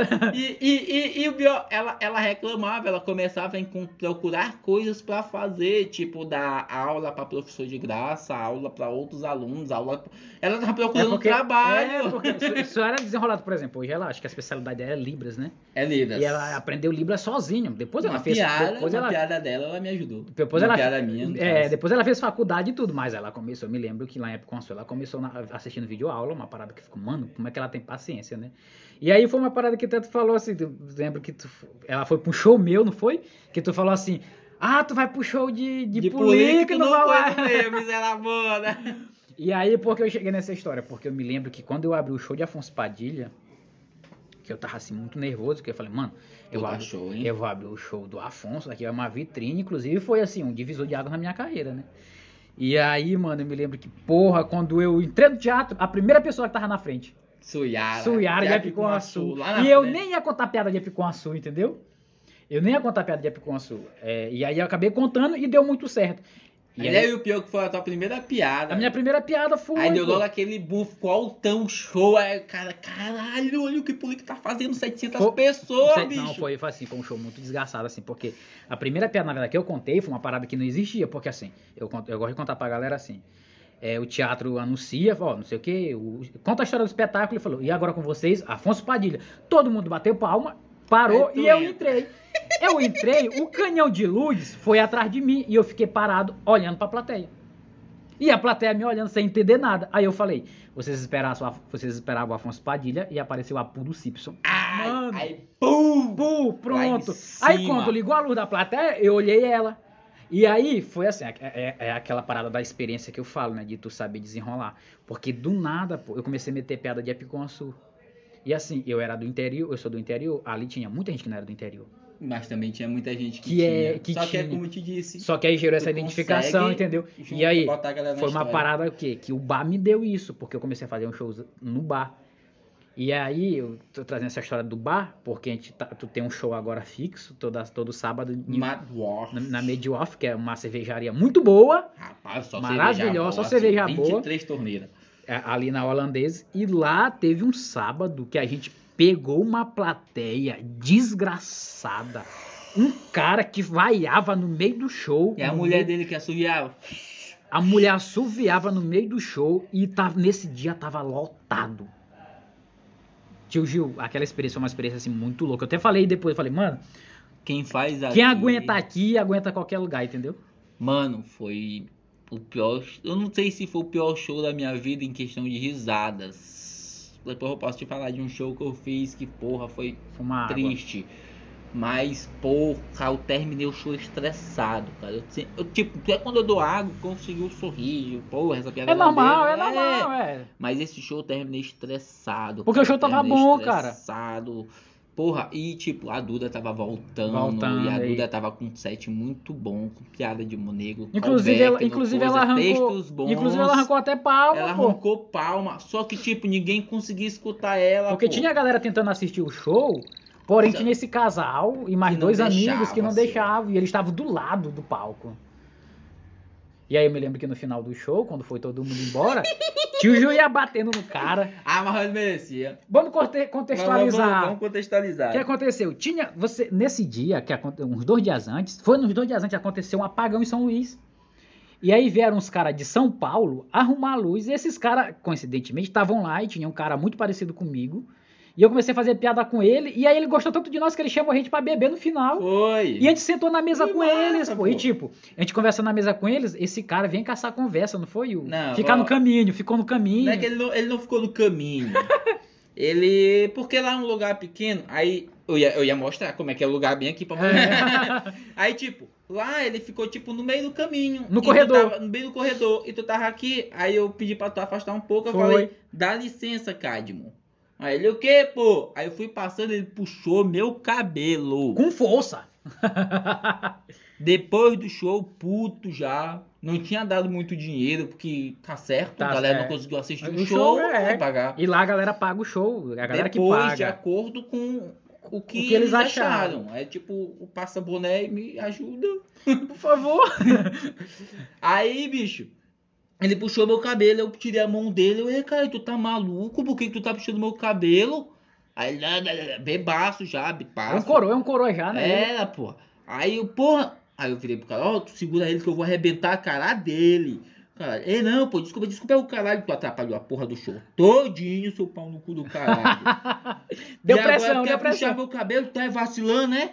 S1: [LAUGHS] Alcântara.
S2: e, e, e, e o pior, ela, ela reclamava, ela começava a encon- procurar coisas pra fazer, tipo, dar aula pra professor de graça, aula pra outros alunos, aula. Ela tava procurando um trabalho.
S1: É, porque isso- isso era desenrolado, por exemplo. Hoje ela acho que a especialidade dela é Libras, né?
S2: É, livre.
S1: E ela aprendeu Libras sozinha. Depois ela
S2: uma
S1: fez.
S2: piada,
S1: depois
S2: uma
S1: ela,
S2: piada dela, ela me ajudou.
S1: Depois
S2: uma
S1: ela-
S2: piada minha. no
S1: é,
S2: caso.
S1: depois ela fez faculdade e tudo, mas ela começou, eu me lembro que lá em Época Consuelo, ela começou na, assistindo videoaula, uma parada que ficou, mano, como é que ela tem paciência, né? E aí foi uma parada que até tu falou assim, tu, lembro que tu, ela foi pro show meu, não foi? Que tu falou assim, ah, tu vai pro show de, de,
S2: político
S1: Pulica, não vai lá.
S2: foi meu, miserabona.
S1: E aí, por que eu cheguei nessa história? Porque eu me lembro que quando eu abri o show de Afonso Padilha, que eu tava assim muito nervoso, que eu falei, mano, eu,
S2: Puta
S1: abro,
S2: show, hein?
S1: Uhum. eu vou abrir o show do Afonso, daqui é uma vitrine, inclusive foi assim, um divisor de água na minha carreira, né? E aí, mano, eu me lembro que, porra, quando eu entrei no teatro, a primeira pessoa que tava na frente,
S2: Suyara.
S1: Suyara de
S2: Piada com
S1: Epicuaçu.
S2: açúcar, lá na
S1: um E eu
S2: frente.
S1: nem ia contar piada de Epicuaçu, entendeu? Eu nem ia contar piada de Epicuaçu. É, e aí eu acabei contando e deu muito certo. E
S2: Aliás,
S1: aí,
S2: o pior é que foi a tua primeira piada.
S1: a minha primeira piada foi.
S2: Aí deu
S1: pô.
S2: logo aquele buff, qual tão show, aí o cara, caralho, olha o que o político tá fazendo, 700
S1: Foi-
S2: pessoas,
S1: Sei-
S2: bicho.
S1: Não, foi, foi assim, foi um show muito desgraçado, assim, porque a primeira piada, na verdade, que eu contei foi uma parada que não existia, porque assim, eu, conto- eu gosto de contar pra galera assim. é, o teatro anuncia, ó, não sei o quê, o- conta a história do espetáculo e falou, e agora com vocês, Afonso Padilha. Todo mundo bateu palma, parou
S2: Aí tu
S1: e eu
S2: entra.
S1: entrei. Eu entrei, o canhão de luzes foi atrás de mim e eu fiquei parado olhando pra plateia. E a plateia me olhando sem entender nada. Aí eu falei, vocês esperavam, vocês esperavam o Afonso Padilha e apareceu a Pulo Simpson.
S2: Ai,
S1: Mano.
S2: aí, pum,
S1: Pum, pronto.
S2: Lá em
S1: Aí
S2: cima.
S1: quando ligou a luz da plateia, eu olhei ela. E aí foi assim, é, é- é aquela parada da experiência que eu falo, né? De tu saber desenrolar. Porque do nada, pô, eu comecei a meter piada de Epiconsul. E assim, eu era do interior, eu sou do interior, ali tinha muita gente que não era do interior.
S2: Mas também tinha muita gente que,
S1: Que
S2: tinha.
S1: é- que
S2: Só que é
S1: tinha.
S2: como eu te disse.
S1: Só que aí gerou essa
S2: Tu
S1: identificação,
S2: consegue
S1: entendeu? E
S2: juntar-
S1: aí,
S2: botar a galera na
S1: foi uma
S2: história.
S1: parada o quê? Que o bar me deu isso, porque eu comecei a fazer um show no bar. E aí, eu tô trazendo essa história do bar, porque a gente tá- tu tem um show agora fixo, toda, todo sábado, em-
S2: Mad War.
S1: na, na Made Off, que é uma cervejaria muito boa,
S2: Rapaz, só
S1: Maravilhosa,
S2: cerveja boa,
S1: só cerveja
S2: assim,
S1: boa.
S2: 23 torneiras.
S1: é, ali na holandesa, e lá teve um sábado que a gente pegou uma plateia desgraçada. Um cara que vaiava no meio do show.
S2: E É a
S1: no
S2: mulher
S1: meio-
S2: dele que assoviava.
S1: a mulher assoviava no meio do show e tava, nesse dia tava lotado. Tio Gil, aquela experiência foi uma experiência assim muito louca. Eu até falei depois, eu falei, mano,
S2: Quem faz aqui...
S1: quem aguenta aqui, aguenta qualquer lugar, entendeu?
S2: Mano, foi o pior. Eu não sei se foi o pior show da minha vida em questão de risadas. Depois eu posso te falar de um show que eu fiz que, porra, foi
S1: Foi uma água.
S2: triste. Mas, porra, eu terminei o show estressado, cara. Eu, se- eu, tipo, até quando eu dou água, eu consigo um sorriso. Porra, essa piada
S1: É normal, é
S2: maneira,
S1: normal, é.
S2: mas esse show eu terminei estressado.
S1: Porque o show tava
S2: Terminei
S1: bom, cara.
S2: Estressado. Porra, e tipo, a Duda tava voltando.
S1: Voltando,
S2: e a
S1: aí.
S2: Duda tava com um set muito bom, com piada de negro.
S1: Inclusive,
S2: callback,
S1: ela,
S2: no
S1: inclusive,
S2: coisa,
S1: ela arrancou,
S2: textos bons.
S1: inclusive ela arrancou até palma,
S2: Ela
S1: pô.
S2: arrancou palma. Só que, tipo, ninguém conseguia escutar ela.
S1: Porque
S2: pô.
S1: tinha a galera tentando assistir o show, porém
S2: Já-
S1: tinha esse casal e mais
S2: Que não
S1: dois amigos
S2: deixava,
S1: que não
S2: assim.
S1: deixavam. E eles estavam do lado do palco. E aí eu me lembro que no final do show, quando foi todo mundo
S2: [LAUGHS]
S1: embora, tio Ju ia batendo no cara.
S2: Ah, mas ela merecia.
S1: Vamos conte-
S2: Vamos, vamos,
S1: contextualizar.
S2: vamos contextualizar.
S1: O que aconteceu? Tinha você nesse dia que aconte- uns dois dias antes, foi nos dois dias antes aconteceu um apagão em São Luís. E aí vieram uns caras de São Paulo arrumar a luz e esses caras coincidentemente estavam lá e tinha um cara muito parecido comigo. E eu comecei a fazer piada com ele e aí ele gostou tanto de nós que ele chamou a gente pra beber no final.
S2: Foi.
S1: E a gente sentou na mesa
S2: Que
S1: com
S2: massa,
S1: eles, pô.
S2: pô.
S1: E tipo, a gente conversando na mesa com eles, esse cara vem caçar conversa, não foi o.
S2: Não,
S1: Ficar
S2: ó.
S1: no caminho, ficou no caminho.
S2: Não é que ele não, ele não ficou
S1: [LAUGHS]
S2: no caminho. ele. Porque lá é um lugar pequeno, aí. Eu ia, eu ia mostrar como é que é o lugar bem aqui pra
S1: É.
S2: [LAUGHS] Aí, tipo, lá ele ficou, tipo, no meio do caminho.
S1: No
S2: E tu
S1: corredor.
S2: tava no meio do corredor. E tu tava aqui. Aí eu pedi pra tu afastar um pouco. Eu
S1: Foi.
S2: falei, dá licença, Cadmo. Aí ele, o quê, pô? Aí eu fui passando, ele puxou meu cabelo.
S1: Com força.
S2: Depois do show, puto já. Não tinha dado muito dinheiro, porque tá certo.
S1: Tá
S2: a galera
S1: certo.
S2: não conseguiu assistir
S1: O
S2: o,
S1: show
S2: show,
S1: é.
S2: vai pagar.
S1: e lá a galera paga o show, a galera
S2: Depois,
S1: que paga.
S2: de acordo com, o que, eles acharam. É tipo, o passa boné e me ajuda.
S1: Por favor.
S2: Aí, bicho, ele puxou meu cabelo, eu tirei a mão dele, eu falei, cara, tu tá maluco? Por que que tu tá puxando meu cabelo? Aí, ele, "Lá, lá, lá", bebaço já,
S1: É um
S2: bebaço.
S1: coroa, é um coroa já, né?
S2: Era, pô. Aí eu, porra. Aí eu virei pro cara, ó, tu segura ele que eu vou arrebentar a cara dele. Caralho. Ei, não, pô, desculpa, desculpa é o caralho que tu atrapalhou a porra do show todinho, seu pau no cu do caralho.
S1: [LAUGHS] Deu
S2: E agora
S1: pressão,
S2: quer
S1: deu
S2: puxar
S1: pressão.
S2: meu cabelo, tá vacilando, né?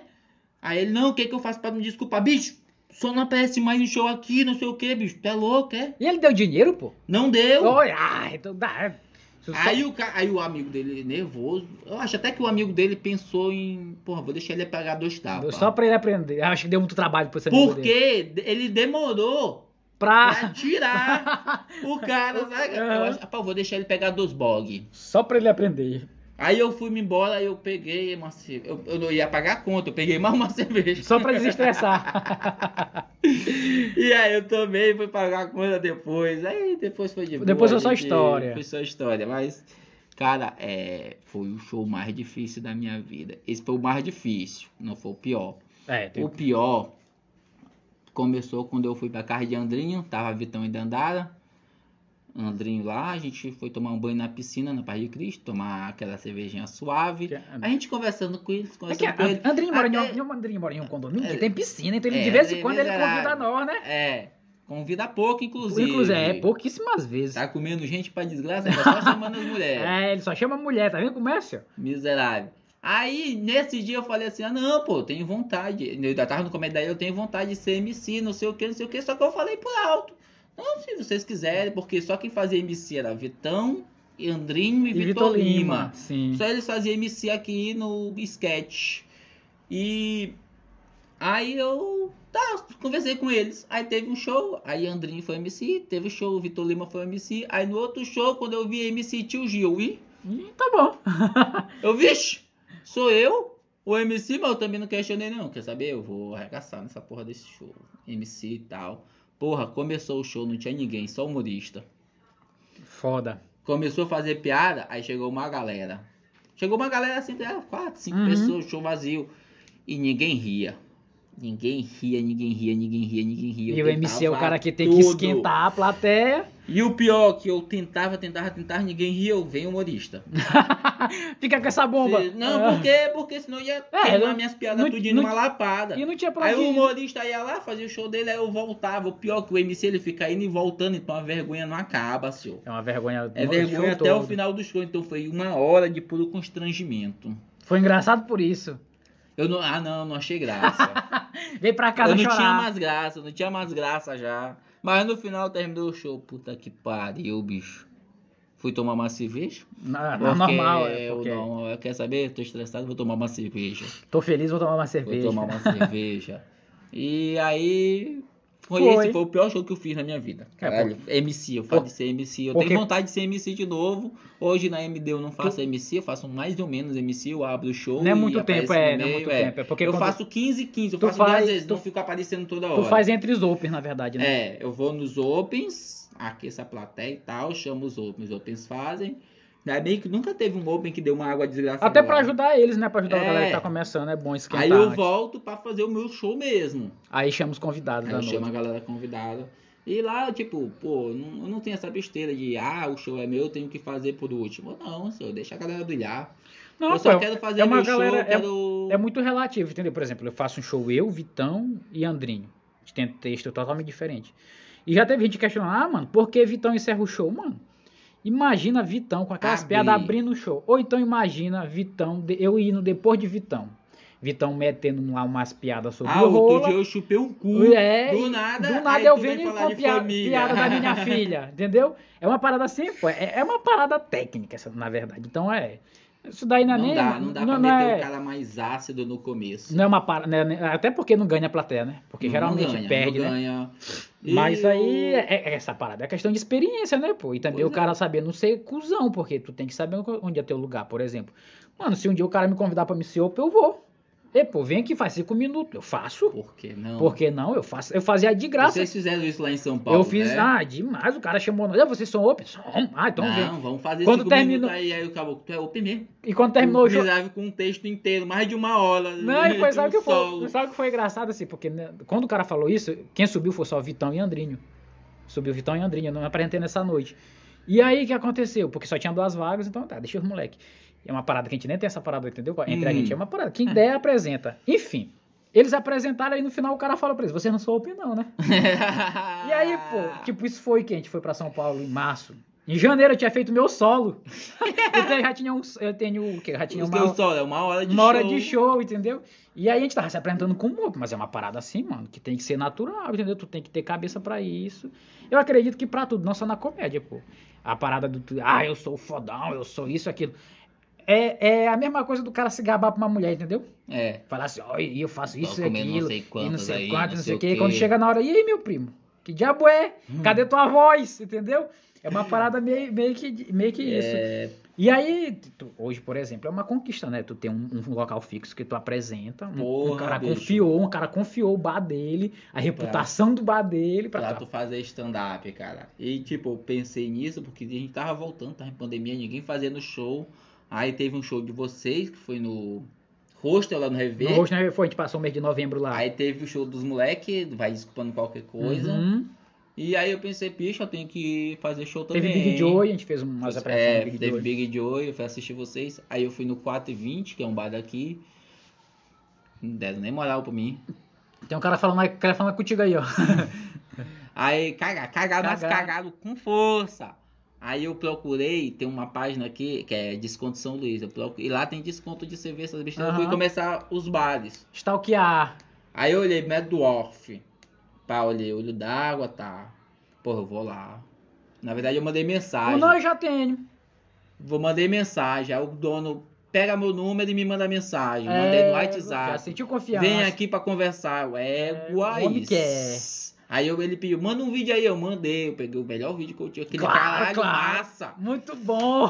S2: Aí ele, não, o que que eu faço pra me desculpar? Bicho, só não aparece mais no show aqui, não sei o que, bicho, tu é louco, é?
S1: E ele deu dinheiro, pô?
S2: Não deu.
S1: Oi, ai, então dá. Se o
S2: Aí o, ca- aí o amigo dele nervoso, eu acho até que o amigo dele pensou em, porra, vou deixar ele pagar dois
S1: Deu
S2: tapas.
S1: Só pra ele aprender. Eu acho que deu muito trabalho pra você
S2: Porque ele
S1: [LAUGHS]
S2: demorou pra
S1: Pra...
S2: tirar o cara, sabe? Eu
S1: Aham.
S2: acho, rapaz, eu vou deixar ele pegar dois bog.
S1: Só pra ele aprender.
S2: Aí eu fui-me embora, aí eu peguei uma cerveja. Eu, eu não ia pagar a conta, eu peguei mais uma [LAUGHS] cerveja.
S1: Só pra
S2: [LAUGHS]
S1: desestressar.
S2: E aí eu tomei, fui pagar a conta depois. Aí depois foi de boa.
S1: Depois
S2: a
S1: foi só
S2: gente-
S1: história.
S2: Foi só história, mas... Cara, é, foi o show mais difícil da minha vida. Esse foi o mais difícil, não foi o pior.
S1: é, tem...
S2: O pior começou quando eu fui pra casa de Andrinho, tava Vitão e Dandara. Andrinho lá, a gente foi tomar um banho na piscina, na Paz de Cristo, tomar aquela cervejinha suave.
S1: Que-
S2: A gente conversando com eles,
S1: É que
S2: conversando com eles.
S1: a- Andrinho mora, em
S2: Até-
S1: um, Andrinho mora em um condomínio que
S2: É.
S1: tem piscina, então ele
S2: É,
S1: de vez em
S2: Andrinho
S1: quando ele
S2: miserável.
S1: convida nós, né?
S2: É, convida pouco, inclusive.
S1: Inclusive, é pouquíssimas vezes.
S2: Tá comendo gente pra desgraça, mas só chamando as [LAUGHS] mulheres.
S1: É, ele só chama mulher, tá vendo como é, senhor?
S2: Miserável. Aí, nesse dia, eu falei assim: ah, não, pô, eu tenho vontade. Eu já tava no comédia daí, eu tenho vontade de ser MC, não sei o que, não sei o que. Só que eu falei por alto. Não, se vocês quiserem, porque só quem fazia MC era Vitão, Andrinho e, Vitor, Lima.
S1: Sim.
S2: Só eles faziam MC aqui no sketch. E. Aí eu. Tá, conversei com eles. Aí teve um show, aí Andrinho foi MC, teve show, Vitor Lima foi MC. Aí no outro show, quando eu vi MC Tio Gil, e.
S1: Ih, tá bom.
S2: Eu, vixe, sou eu? O MC, mas eu também não questionei, não. Quer saber? Eu vou arregaçar nessa porra desse show. MC e tal. Porra, começou o show, não tinha ninguém, só humorista.
S1: Foda.
S2: Começou a fazer piada, aí chegou uma galera. Chegou uma galera assim, era quatro, cinco
S1: Uhum.
S2: pessoas, show vazio. E ninguém ria. Ninguém ria, ninguém ria, ninguém ria, ninguém ria.
S1: E,
S2: Eu
S1: o MC é o
S2: tentava
S1: cara que tem que
S2: tudo.
S1: esquentar a plateia.
S2: E o pior, que eu tentava, tentava, tentava, ninguém ria, eu venho humorista.
S1: Fica com essa bomba.
S2: Se- Não,
S1: Ah.
S2: porque, porque senão eu ia queimar
S1: não-
S2: minhas piadas
S1: não-
S2: tudinho
S1: não-
S2: numa lapada.
S1: E não tinha pra
S2: Aí
S1: onde
S2: o
S1: ir.
S2: humorista ia lá, fazia o show dele, aí eu voltava. O pior é que o MC ele fica indo e voltando, então a vergonha não acaba, senhor.
S1: É uma vergonha.
S2: É
S1: o show
S2: vergonha até
S1: todo.
S2: o final do show, então foi uma hora de puro constrangimento.
S1: Foi engraçado por isso.
S2: Eu não, ah não, não achei
S1: [LAUGHS]
S2: graça.
S1: Veio pra
S2: eu
S1: casa
S2: não
S1: chorar.
S2: tinha mais graça, não tinha mais graça já. Mas no final terminou o show, puta que pariu, bicho. Fui tomar uma cerveja.
S1: Não, não
S2: porque
S1: é normal, é
S2: eu
S1: porque...
S2: não, eu- quer saber? Tô estressado, vou tomar uma cerveja.
S1: Tô feliz, vou tomar uma
S2: Vou
S1: cerveja.
S2: tomar uma cerveja. E aí. Foi,
S1: Foi.
S2: esse, foi o pior show que eu fiz na minha vida.
S1: É,
S2: Caralho, MC, eu falo
S1: por-
S2: de ser MC. Eu
S1: porque-
S2: tenho vontade de ser MC de novo. Hoje na MD eu não faço MC, eu faço mais ou menos MC, eu abro o show.
S1: Não é
S2: e
S1: muito tempo,
S2: aparece
S1: é,
S2: no
S1: não é
S2: meio,
S1: muito tempo. É porque
S2: eu
S1: quando-
S2: faço 15 15, eu
S1: Tu
S2: faço
S1: faz-
S2: duas vezes,
S1: tu-
S2: não fico aparecendo toda hora.
S1: Tu faz entre os open, na verdade, né?
S2: É, eu vou nos Opens, aqui essa plateia e tal, chamo os Opens, os Opens fazem. Ainda bem que nunca teve um Open que deu uma água desgraçada.
S1: Até pra ajudar eles, né? Pra ajudar a
S2: É.
S1: galera que tá começando, é bom esquentar.
S2: Aí eu
S1: antes.
S2: volto pra fazer o meu show mesmo.
S1: Aí chama os convidados
S2: Aí
S1: da
S2: eu
S1: noite.
S2: chamo a galera convidada. E lá, tipo, pô, não, eu não tenho essa besteira de, ah, o show é meu, eu tenho que fazer por último. Não, senhor, deixa a galera brilhar.
S1: Não,
S2: eu só
S1: pô,
S2: quero fazer
S1: é uma
S2: meu
S1: galera- é-
S2: show, quero...
S1: é muito relativo, entendeu? Por exemplo, eu faço um show eu, Vitão e Andrinho. A gente tem texto totalmente diferente. E já teve gente questionando, ah, mano, por que Vitão encerra o show, mano? Imagina Vitão com aquelas
S2: Abrir.
S1: piadas abrindo o show. Ou então imagina Vitão, de- eu indo depois de Vitão. Vitão metendo lá umas piadas sobre
S2: Ah,
S1: o
S2: outro
S1: rola.
S2: dia eu chupei um cu,
S1: É,
S2: do
S1: e
S2: nada,
S1: do
S2: aí
S1: nada eu
S2: tu vem
S1: venho
S2: falar
S1: com
S2: de
S1: pia-
S2: família.
S1: piada da
S2: [LAUGHS]
S1: minha filha, entendeu? É uma parada assim, pô. É, é uma parada técnica, essa, na verdade. Então é. Isso daí não é
S2: Não
S1: nem.
S2: dá, não dá
S1: não
S2: pra meter
S1: é,
S2: o cara mais ácido no começo.
S1: não é uma parada. até porque não ganha a plateia, né? Porque
S2: Não
S1: geralmente
S2: ganha,
S1: perde,
S2: não
S1: né?
S2: ganha. E
S1: Mas aí
S2: o-
S1: é, é essa parada. É questão de experiência, né, pô? E também
S2: Pois
S1: o
S2: é.
S1: cara saber não ser cuzão, é porque tu tem que saber onde é teu lugar, por exemplo. Mano, se um dia o cara me convidar pra me ser open, eu vou. Ei, pô, vem aqui, faz cinco minutos. Eu faço.
S2: Por que não?
S1: Por que não? Eu faço. Eu fazia de graça.
S2: Vocês fizeram isso lá em São Paulo,
S1: Eu fiz,
S2: né?
S1: ah, demais. O cara chamou nós. "Ah, Vocês são open? São. Ah, então vem.
S2: Não, vamos fazer
S1: Quando
S2: cinco
S1: terminou-
S2: minutos aí, aí o caboclo, tu é open mesmo.
S1: E quando terminou o jogo.
S2: Miserável com um texto inteiro, mais de uma hora.
S1: Não, e foi, sabe o que foi?
S2: solo.
S1: Sabe o que foi engraçado assim? Porque né, quando o cara falou isso, quem subiu foi só Vitão e Andrinho. Subiu Vitão e Andrinho, eu não aparentei nessa noite. E aí o que aconteceu? Porque só tinha duas vagas, então tá, deixa os moleque. É uma parada que a gente nem tem essa parada, entendeu? Entre a
S2: Hum.
S1: gente é uma parada. Quem der, apresenta. Enfim, eles apresentaram aí no final o cara falou pra eles: vocês não são opinião, né?
S2: [LAUGHS]
S1: E aí,
S2: Ah.
S1: pô, tipo, isso foi que a gente foi pra São Paulo em março. Em janeiro eu tinha feito meu
S2: [LAUGHS]
S1: solo. então eu já tinha um. Eu tenho o quê? Eu já tinha
S2: Os
S1: uma.
S2: teus solo, é uma hora de
S1: Uma hora
S2: show.
S1: de show, entendeu? E aí a gente tava se apresentando com o mas é uma parada assim, mano, que tem que ser natural, entendeu? Tu tem que ter cabeça pra isso. Eu acredito que pra tudo, não só na comédia, pô. A parada do, tu- ah, eu sou fodão, eu sou isso, aquilo. É, é a mesma coisa do cara se gabar pra uma mulher, entendeu?
S2: É.
S1: Falar assim, ó, e eu faço isso e
S2: comendo não
S1: aquilo,
S2: sei
S1: e não
S2: quantas
S1: sei
S2: aí,
S1: quanto,
S2: não
S1: não
S2: sei
S1: sei o
S2: o
S1: quê.
S2: quê. Hum.
S1: Quando chega na hora, e aí, meu primo? Que diabo é? Cadê tua voz? Entendeu? É
S2: [LAUGHS]
S1: uma parada meio, meio, que, meio que isso.
S2: É,
S1: E aí, tu- hoje, por exemplo, é uma conquista, né? Tu tem um, um local fixo que tu apresenta, um- um,
S2: Porra,
S1: cara
S2: bicho.
S1: confiou, um cara confiou o bar dele, a reputação do bar dele pra,
S2: pra
S1: tu.
S2: tu fazer stand-up, cara. E tipo, eu pensei nisso porque a gente tava voltando, tava em pandemia, ninguém fazendo show. Aí teve um show de vocês, que foi no hostel lá no
S1: No
S2: Rever.
S1: rosto, né? Foi, a gente passou o mês de novembro lá.
S2: Aí teve o show dos moleques, vai desculpando qualquer coisa.
S1: Uhum.
S2: E aí eu pensei, bicho, eu tenho que fazer show também.
S1: Teve Big Joe, a gente fez umas
S2: é,
S1: apresentações do Big
S2: teve
S1: Joe.
S2: Big Joe, eu fui assistir vocês. Aí eu fui no 420, que é um bar daqui. Não deram nem moral pra mim.
S1: Tem um cara falando, aí- cara falando contigo aí, ó. [LAUGHS]
S2: Aí cagar, cagar, mas
S1: Cagaram.
S2: cagaram com força. Aí eu procurei, tem uma página aqui que é Desconto São Luís. Eu procurei, e lá tem desconto de cerveja, essas besteiras. Eu
S1: Aham.
S2: fui começar os bares.
S1: Stalkear.
S2: Aí eu olhei Mad Dwarf. Pá, olhei olho d'água, tá. Porra, eu vou lá. Na verdade, eu mandei
S1: O
S2: mensagem.
S1: não eu já tenho.
S2: Vou mandei mensagem. Aí o dono pega meu número e me manda mensagem.
S1: É,
S2: Mandei no
S1: Já
S2: WhatsApp.
S1: sentiu confiança.
S2: Vem aqui pra conversar. Eu, É,
S1: o homem
S2: guai.
S1: quer.
S2: Aí eu, ele pediu, manda um vídeo aí. Eu mandei. Eu peguei o melhor vídeo que eu tinha. Aquele
S1: Claro,
S2: caralho,
S1: claro.
S2: massa.
S1: Muito bom.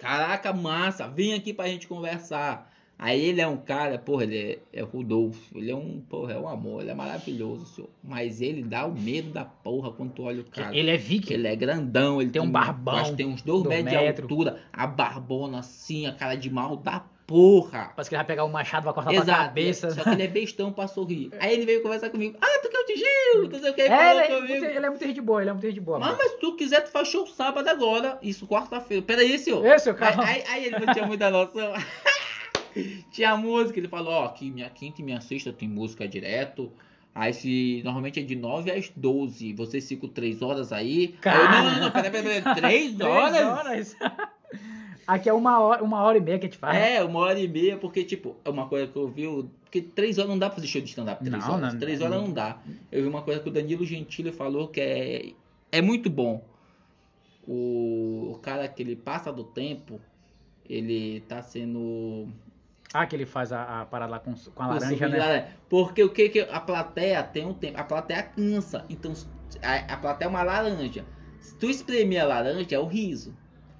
S2: Caraca, massa. Vem aqui pra gente conversar. Aí ele é um cara, porra, ele é, é Rodolfo. Ele é um, porra, é um amor. Ele é maravilhoso, senhor. Mas ele dá o medo da porra quando tu olha o cara.
S1: Ele é
S2: Que
S1: viking.
S2: Ele é grandão, ele
S1: Tem
S2: tem,
S1: um barbão,
S2: Acho que tem uns dois
S1: do
S2: metros
S1: metro.
S2: de altura, a barbona assim, a cara de mal da porra.
S1: Parece que ele vai pegar o machado, vai cortar tua
S2: Exato.
S1: cabeça.
S2: Só que ele é bestão pra sorrir. Aí ele veio conversar comigo. Ah, tu quer o Tigilo? Tu sei o que? Ele
S1: É,
S2: falou
S1: ele, é muito,
S2: comigo. Ah,
S1: ele é muito gente boa, ele é muito gente boa.
S2: Mas,
S1: mano.
S2: mas se tu quiser, tu faz show sábado agora. Isso, quarta-feira. Peraí, senhor.
S1: Esse é o
S2: Aí,
S1: cara.
S2: aí- aí ele não tinha muita noção. [LAUGHS] tinha música, ele falou, ó, que minha quinta e minha sexta tem música direto. Aí se normalmente é de 9 às 12. Vocês ficam 3 horas aí. Aí eu, não, não, não, peraí, peraí, peraí. 3 horas?
S1: [LAUGHS] Três horas? Aqui é uma hora, uma hora e meia que a gente faz.
S2: É, uma hora e meia, porque, tipo, é uma coisa que eu vi. o- Porque três horas não dá pra fazer show de stand-up. Três
S1: Não,
S2: horas.
S1: não-
S2: três
S1: não-
S2: horas não dá. Eu vi uma coisa que o Danilo Gentili falou que é, é muito bom. O, o cara que ele passa do tempo, ele tá sendo.
S1: Ah, que ele faz a, a parada lá com, com a
S2: com
S1: laranja,
S2: subida,
S1: né?
S2: né? Porque o que que. A plateia tem um tempo. A plateia cansa. Então, a, a plateia é uma laranja. Se tu espremer a laranja, é o riso.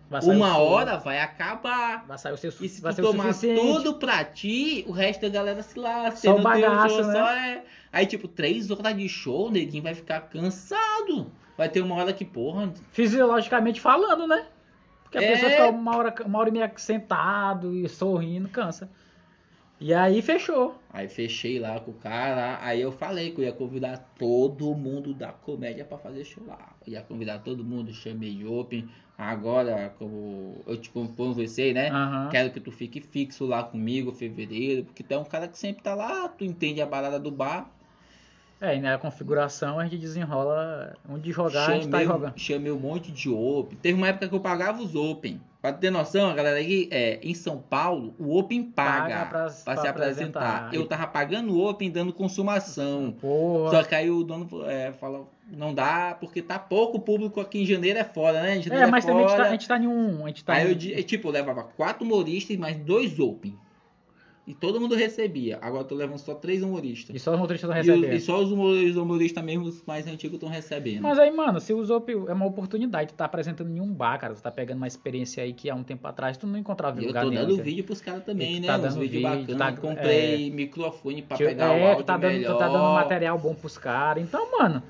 S1: Vai sair o
S2: Uma
S1: seu-
S2: hora vai acabar.
S1: Vai sair o seu
S2: E se
S1: vai
S2: tu
S1: ser o
S2: tomar
S1: suficiente.
S2: tudo pra ti, o resto da galera se lasca.
S1: Só
S2: não
S1: bagaço,
S2: tem um show,
S1: né?
S2: só é... Aí, tipo, três horas de show, o neguinho vai ficar cansado. Vai ter uma hora que, porra,
S1: Fisiologicamente falando, né? Porque a
S2: É.
S1: pessoa fica uma hora, uma hora e meia sentado e sorrindo, cansa. E aí fechou.
S2: Aí fechei lá com o cara, aí eu falei que eu ia convidar todo mundo da comédia pra fazer show lá. Eu ia convidar todo mundo, chamei Open. Agora, como eu te conversei, né?
S1: Aham.
S2: Quero que tu fique fixo lá comigo, fevereiro, porque tu é um cara que sempre tá lá, tu entende a balada do bar.
S1: É, e na configuração a gente desenrola onde jogar, a gente tá
S2: Chamei-
S1: jogando.
S2: Chamei um monte de Open. Teve uma época que eu pagava os Open. Pra ter noção, a galera aqui, é, em São Paulo, o Open paga,
S1: Paga pra-
S2: pra,
S1: pra
S2: se apresentar.
S1: apresentar.
S2: Eu tava pagando o Open dando consumação.
S1: Porra.
S2: Só que aí o dono é, fala, não dá, porque tá pouco público aqui em janeiro é fora, né? Em janeiro
S1: É, mas também a gente,
S2: fora.
S1: tá, a gente tá em um. A gente tá
S2: Aí
S1: em-
S2: eu, di- tipo, eu levava quatro humoristas e mais dois Open. E todo mundo recebia. Agora eu tô levando só três humoristas.
S1: E só os motoristas estão
S2: E, os-
S1: tá recebendo.
S2: e só os humor- os humoristas mesmo os mais antigos estão recebendo.
S1: Mas aí, mano, se usou é uma oportunidade, tu tá apresentando em um bar, cara. Tu tá pegando uma experiência aí que há um tempo atrás tu não encontrava em
S2: E eu
S1: lugar
S2: tô
S1: nenhum.
S2: dando
S1: cara.
S2: vídeo pros caras
S1: E
S2: também,
S1: tu
S2: né?
S1: tá
S2: Uns
S1: dando
S2: vídeos
S1: vídeo,
S2: bacanas.
S1: tá-
S2: Comprei microfone pra
S1: Tio-
S2: pegar o
S1: é,
S2: áudio
S1: tu tá dando,
S2: melhor.
S1: tu tá dando material bom pros caras. Então, mano,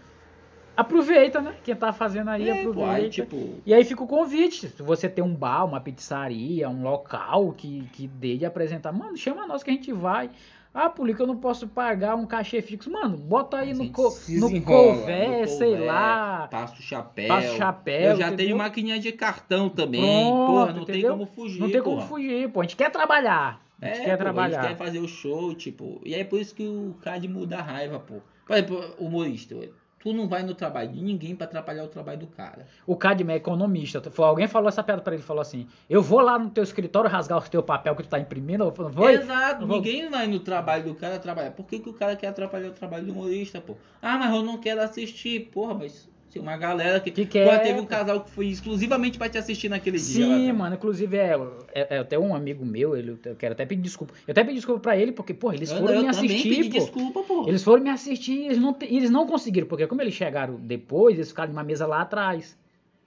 S1: aproveita, né? Quem tá fazendo aí,
S2: É, pô,
S1: aproveita.
S2: aí, tipo,
S1: E aí fica o convite. Se você tem um bar, uma pizzaria, um local que, que dê de apresentar, mano, chama nós que a gente vai. Ah, Pulico, eu não posso pagar um cachê fixo. Mano, bota aí
S2: a
S1: no,
S2: gente
S1: co
S2: se
S1: no
S2: desenrola,
S1: cové,
S2: no
S1: sei
S2: couvert,
S1: lá.
S2: Passa o chapéu.
S1: Passa o chapéu,
S2: É, Eu já
S1: entendeu?
S2: tenho maquininha de cartão também.
S1: Pronto,
S2: porra, não
S1: entendeu?
S2: tem como fugir.
S1: não tem como
S2: porra.
S1: fugir, pô. A gente quer trabalhar. A gente
S2: É,
S1: quer
S2: pô,
S1: trabalhar.
S2: A gente quer fazer o show, tipo. E é por isso que o Cadmo dá raiva, pô. Por exemplo, humorista, tu não vai no trabalho de ninguém pra atrapalhar o trabalho do cara.
S1: O Cadme é economista. Foi- Alguém falou essa pedra pra ele, falou assim: Eu vou lá no teu escritório rasgar o teu papel que tu tá imprimindo. Eu falei, Foi?
S2: Exato,
S1: Vou-
S2: ninguém vai no trabalho do cara trabalhar. Por que, que o cara quer atrapalhar o trabalho do humorista, pô? Ah, mas eu não quero assistir, porra, mas tem uma galera que.
S1: Que
S2: Porra,
S1: quer,
S2: teve um
S1: pô.
S2: casal que foi exclusivamente pra te assistir naquele dia. lá, tá?
S1: Sim,
S2: velho.
S1: mano. Inclusive, é, é, é até um amigo meu, ele, eu quero até pedir desculpa. Eu até pedi desculpa pra ele, porque, porra, eles
S2: Eu-
S1: foram
S2: eu
S1: me
S2: também
S1: assistir,
S2: pedi
S1: pô.
S2: desculpa, pô.
S1: Eles foram me assistir e eles não, te- e eles não conseguiram, porque como eles chegaram depois, eles ficaram numa mesa lá atrás.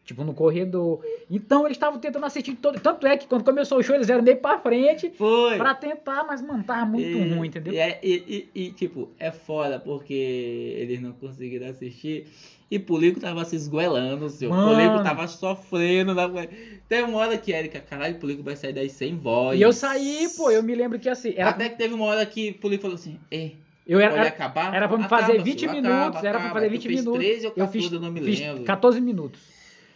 S1: Tipo, no corredor. Então eles estavam tentando assistir todo. Tanto é que quando começou o show, eles eram meio pra frente
S2: Foi.
S1: pra tentar, mas, mano, tava muito
S2: E-
S1: ruim, entendeu?
S2: E, é- e- e- e, tipo, é foda porque eles não conseguiram assistir. E Pulico tava se esgoelando, seu.
S1: Mano.
S2: Pulico tava sofrendo. Na... Teve uma hora que Erika, caralho, Pulico vai sair daí sem voz.
S1: E eu saí, pô, eu me lembro que assim, era,
S2: é Até que teve uma hora que Pulico falou assim: Ei,
S1: eu
S2: pode
S1: era,
S2: acabar?
S1: era pra me
S2: Acaba,
S1: fazer
S2: seu,
S1: 20
S2: acaba,
S1: minutos, era pra
S2: acaba.
S1: fazer
S2: Tu
S1: 20
S2: fez
S1: minutos.
S2: 13 ou
S1: eu fiz,
S2: 14, eu não me
S1: fiz
S2: lembro.
S1: 14 minutos.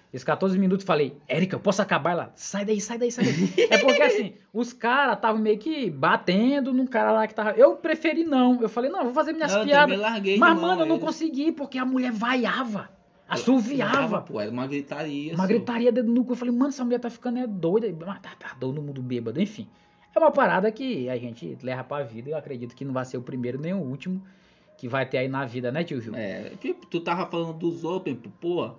S1: Esses 14 minutos falei, Érica, eu posso acabar lá? Sai daí, sai daí, sai
S2: [LAUGHS]
S1: daí. é porque assim, os caras estavam meio que batendo num cara lá que tava. Eu preferi não. Eu falei, não, eu vou fazer minhas
S2: Não, é. eu também
S1: piadas.
S2: larguei
S1: Mas,
S2: de mão,
S1: mano, eu não
S2: eles-
S1: consegui, porque a mulher vaiava,
S2: Tava,
S1: assoviava.
S2: Pô, era uma gritaria.
S1: Uma
S2: seu.
S1: gritaria dedo no cu. Eu falei, mano, essa mulher tá ficando é doida. Mas tá, tá doido no mundo bêbado. Enfim, é uma parada que a gente leva pra vida. Eu acredito que não vai ser o primeiro nem o último que vai ter aí na vida, né, tio Gil?
S2: É, tipo, tu tava falando dos Open, pô, pô,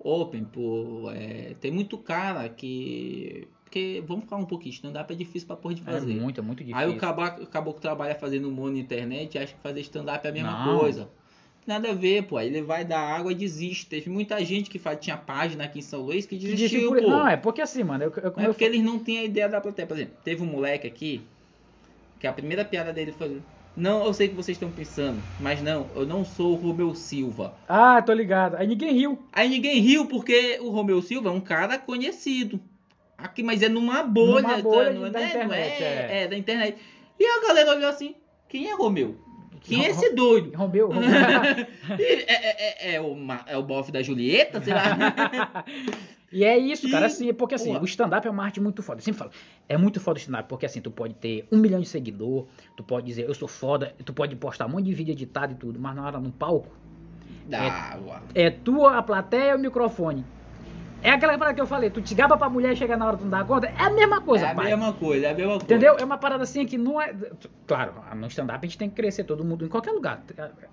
S2: Open, pô, é, tem muito cara que. Porque, vamos falar um pouquinho, stand-up é difícil pra porra de
S1: É
S2: fazer.
S1: muito, é muito difícil.
S2: Aí o caboclo, o caboclo trabalha fazendo humor na internet e acha que fazer stand-up é a mesma
S1: Não.
S2: coisa. Nada a ver, pô. Aí ele vai dar água e desiste. Teve muita gente que faz, tinha página aqui em São Luís que
S1: Que difícil
S2: desistiu,
S1: por-
S2: pô.
S1: Não, é porque assim, mano. Eu, eu, como
S2: É
S1: eu
S2: porque eles não têm a ideia da plateia. Por exemplo, teve um moleque aqui que a primeira piada dele foi: Não, eu sei o que vocês estão pensando, mas não, eu não sou o Romeu Silva.
S1: falo- Ah, tô ligado. Aí ninguém riu.
S2: Aí ninguém riu porque o Romeu Silva é um cara conhecido. Aqui, mas é numa bolha,
S1: Numa bolha
S2: não,
S1: de-
S2: é-
S1: da
S2: não é-
S1: internet, é.
S2: é, da internet. E a galera olhou assim: Quem é Romeu? Quem é
S1: [LAUGHS]
S2: esse doido? [LAUGHS]
S1: Rompeu.
S2: E é, é- é- é o, Ma- é o bofe da Julieta, sei lá.
S1: [LAUGHS] E é isso,
S2: E-
S1: cara, assim, é porque assim,
S2: Porra.
S1: o stand-up é uma arte muito foda. Eu sempre falo, é muito foda o stand-up, porque assim, tu pode ter um milhão de seguidor, tu pode dizer, eu sou foda, tu pode postar um monte de vídeo editado e tudo, mas na hora no palco,
S2: Dá, uá.
S1: é tua, a plateia e o microfone. É aquela parada que eu falei, tu te gaba pra mulher e chega na hora tu não dá conta, é a mesma coisa,
S2: é a
S1: pai.
S2: mesma coisa, é a mesma coisa.
S1: Entendeu? É uma parada assim que não é. Claro, no stand-up a gente tem que crescer, todo mundo, em qualquer lugar.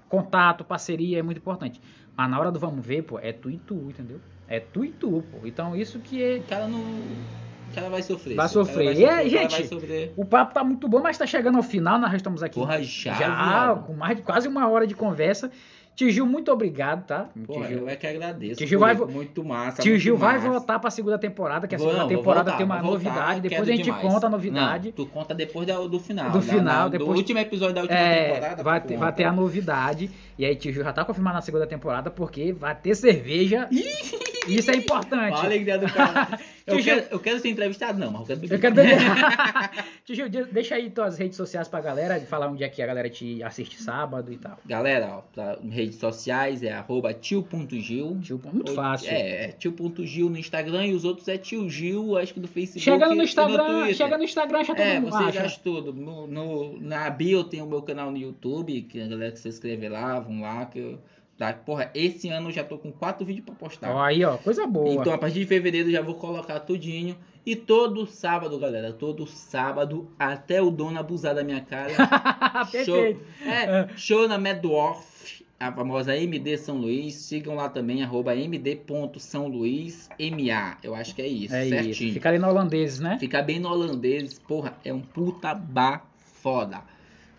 S1: Contato, parceria é muito importante. Mas na hora do vamos ver, pô, é tu e tu, entendeu? É tu e tu, pô. Então isso que é,
S2: O cara não. O cara vai sofrer.
S1: Vai
S2: seu. O cara
S1: sofrer. E aí,
S2: o cara
S1: gente?
S2: Vai sofrer.
S1: O papo tá muito bom, mas tá chegando ao final, nós já estamos aqui.
S2: Porra, já.
S1: já
S2: viado.
S1: com mais de quase uma hora de conversa. Tio Gil, muito obrigado, tá?
S2: Porra,
S1: Tio Gil,
S2: eu é que agradeço.
S1: Tio Gil vai
S2: Felipe, Muito massa.
S1: Tio
S2: Tá muito
S1: Gil vai
S2: massa.
S1: voltar pra segunda temporada, que a
S2: Vou,
S1: segunda
S2: não, vou
S1: temporada
S2: voltar,
S1: tem uma
S2: vou voltar,
S1: novidade. Depois
S2: quero
S1: a gente
S2: demais.
S1: conta a novidade.
S2: Não, tu conta depois da- do final.
S1: Do
S2: da-
S1: final,
S2: na-
S1: depois-
S2: Do último episódio da última
S1: É,
S2: temporada.
S1: vai
S2: tu
S1: ter,
S2: conta.
S1: vai ter a novidade. E aí, tio Gil já tá confirmado na segunda temporada, porque vai ter cerveja. Isso é importante.
S2: Uma alegria do
S1: [LAUGHS]
S2: cara. eu,
S1: Tio Gil-
S2: quero, eu quero ser entrevistado, não, mas eu quero
S1: Eu quero beber. [LAUGHS] tio Gil, de- deixa aí tuas redes sociais pra galera, falar onde é que a galera te assiste sábado e tal.
S2: Galera, ó, pra- redes sociais é arroba tio.gil.
S1: Tio, muito
S2: Ou-
S1: fácil.
S2: É, é tio.gil no Instagram e os outros é tio Gil, acho que do Facebook.
S1: Chega
S2: e
S1: no Instagram,
S2: Twitter.
S1: chega no Instagram, já Tá todo
S2: É,
S1: mundo né?
S2: você
S1: acha.
S2: já acha tudo. No, no- na bio tem o meu canal no YouTube, que a galera que se inscrever lá, vão lá. Que eu, tá, porra, esse ano eu já tô com quatro vídeos pra postar.
S1: Ó, aí, ó, coisa boa.
S2: Então, a partir de fevereiro eu já vou colocar tudinho. E todo sábado, galera, todo sábado, até o dono abusar da minha cara.
S1: [LAUGHS]
S2: show,
S1: [LAUGHS] Perfeito.
S2: é, show na Mad Dwarf, a famosa MD São Luís. Sigam lá também, arroba md.saoluizma. Eu acho que é isso,
S1: É
S2: certinho.
S1: isso. Fica ali no holandeses, né?
S2: Fica bem no holandês, porra, é um puta bar foda.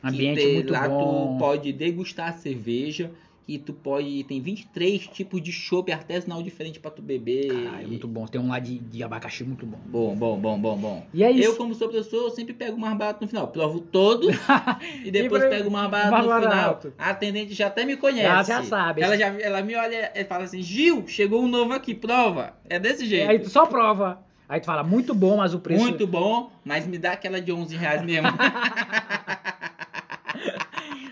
S2: Que
S1: Ambiente
S2: tem-
S1: muito
S2: lá
S1: bom.
S2: tu pode degustar a cerveja e tu pode. Tem 23 tipos de chopp artesanal diferente pra tu beber.
S1: Cara, é muito bom. Tem um lá de, de abacaxi muito bom.
S2: Bom, bom, bom, bom, bom.
S1: E é isso.
S2: Eu, como sou professor, eu sempre pego o mais barato no final.
S1: [LAUGHS]
S2: Provo todo e depois
S1: pra-
S2: pego o mais barato
S1: mais
S2: no
S1: barato.
S2: final. A atendente já até me conhece.
S1: Ela já sabe.
S2: Ela, já, ela me olha e fala assim: Gil, chegou um novo aqui, prova. É desse jeito.
S1: Aí tu só prova. Aí tu fala, muito bom, mas o preço.
S2: Muito bom, mas me dá aquela de 11 reais
S1: [LAUGHS]
S2: mesmo.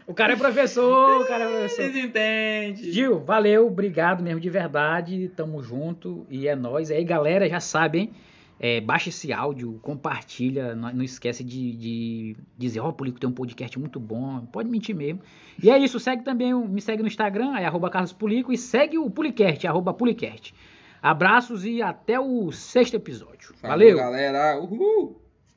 S1: O cara é professor, o cara é professor.
S2: Vocês entendem?
S1: Gil, valeu, obrigado mesmo de verdade. Tamo junto e é nóis. Aí, galera, já sabem. É, baixa esse áudio, compartilha, não, não esquece de, de dizer, ó, Polico tem um podcast muito bom, pode mentir mesmo. E é isso, segue também, o- me segue no Instagram, é arroba Carlos Pulico, e segue o Pulicast, arroba Pulicast. Abraços e até o sexto episódio.
S2: Falou,
S1: Valeu!
S2: galera. Uhul!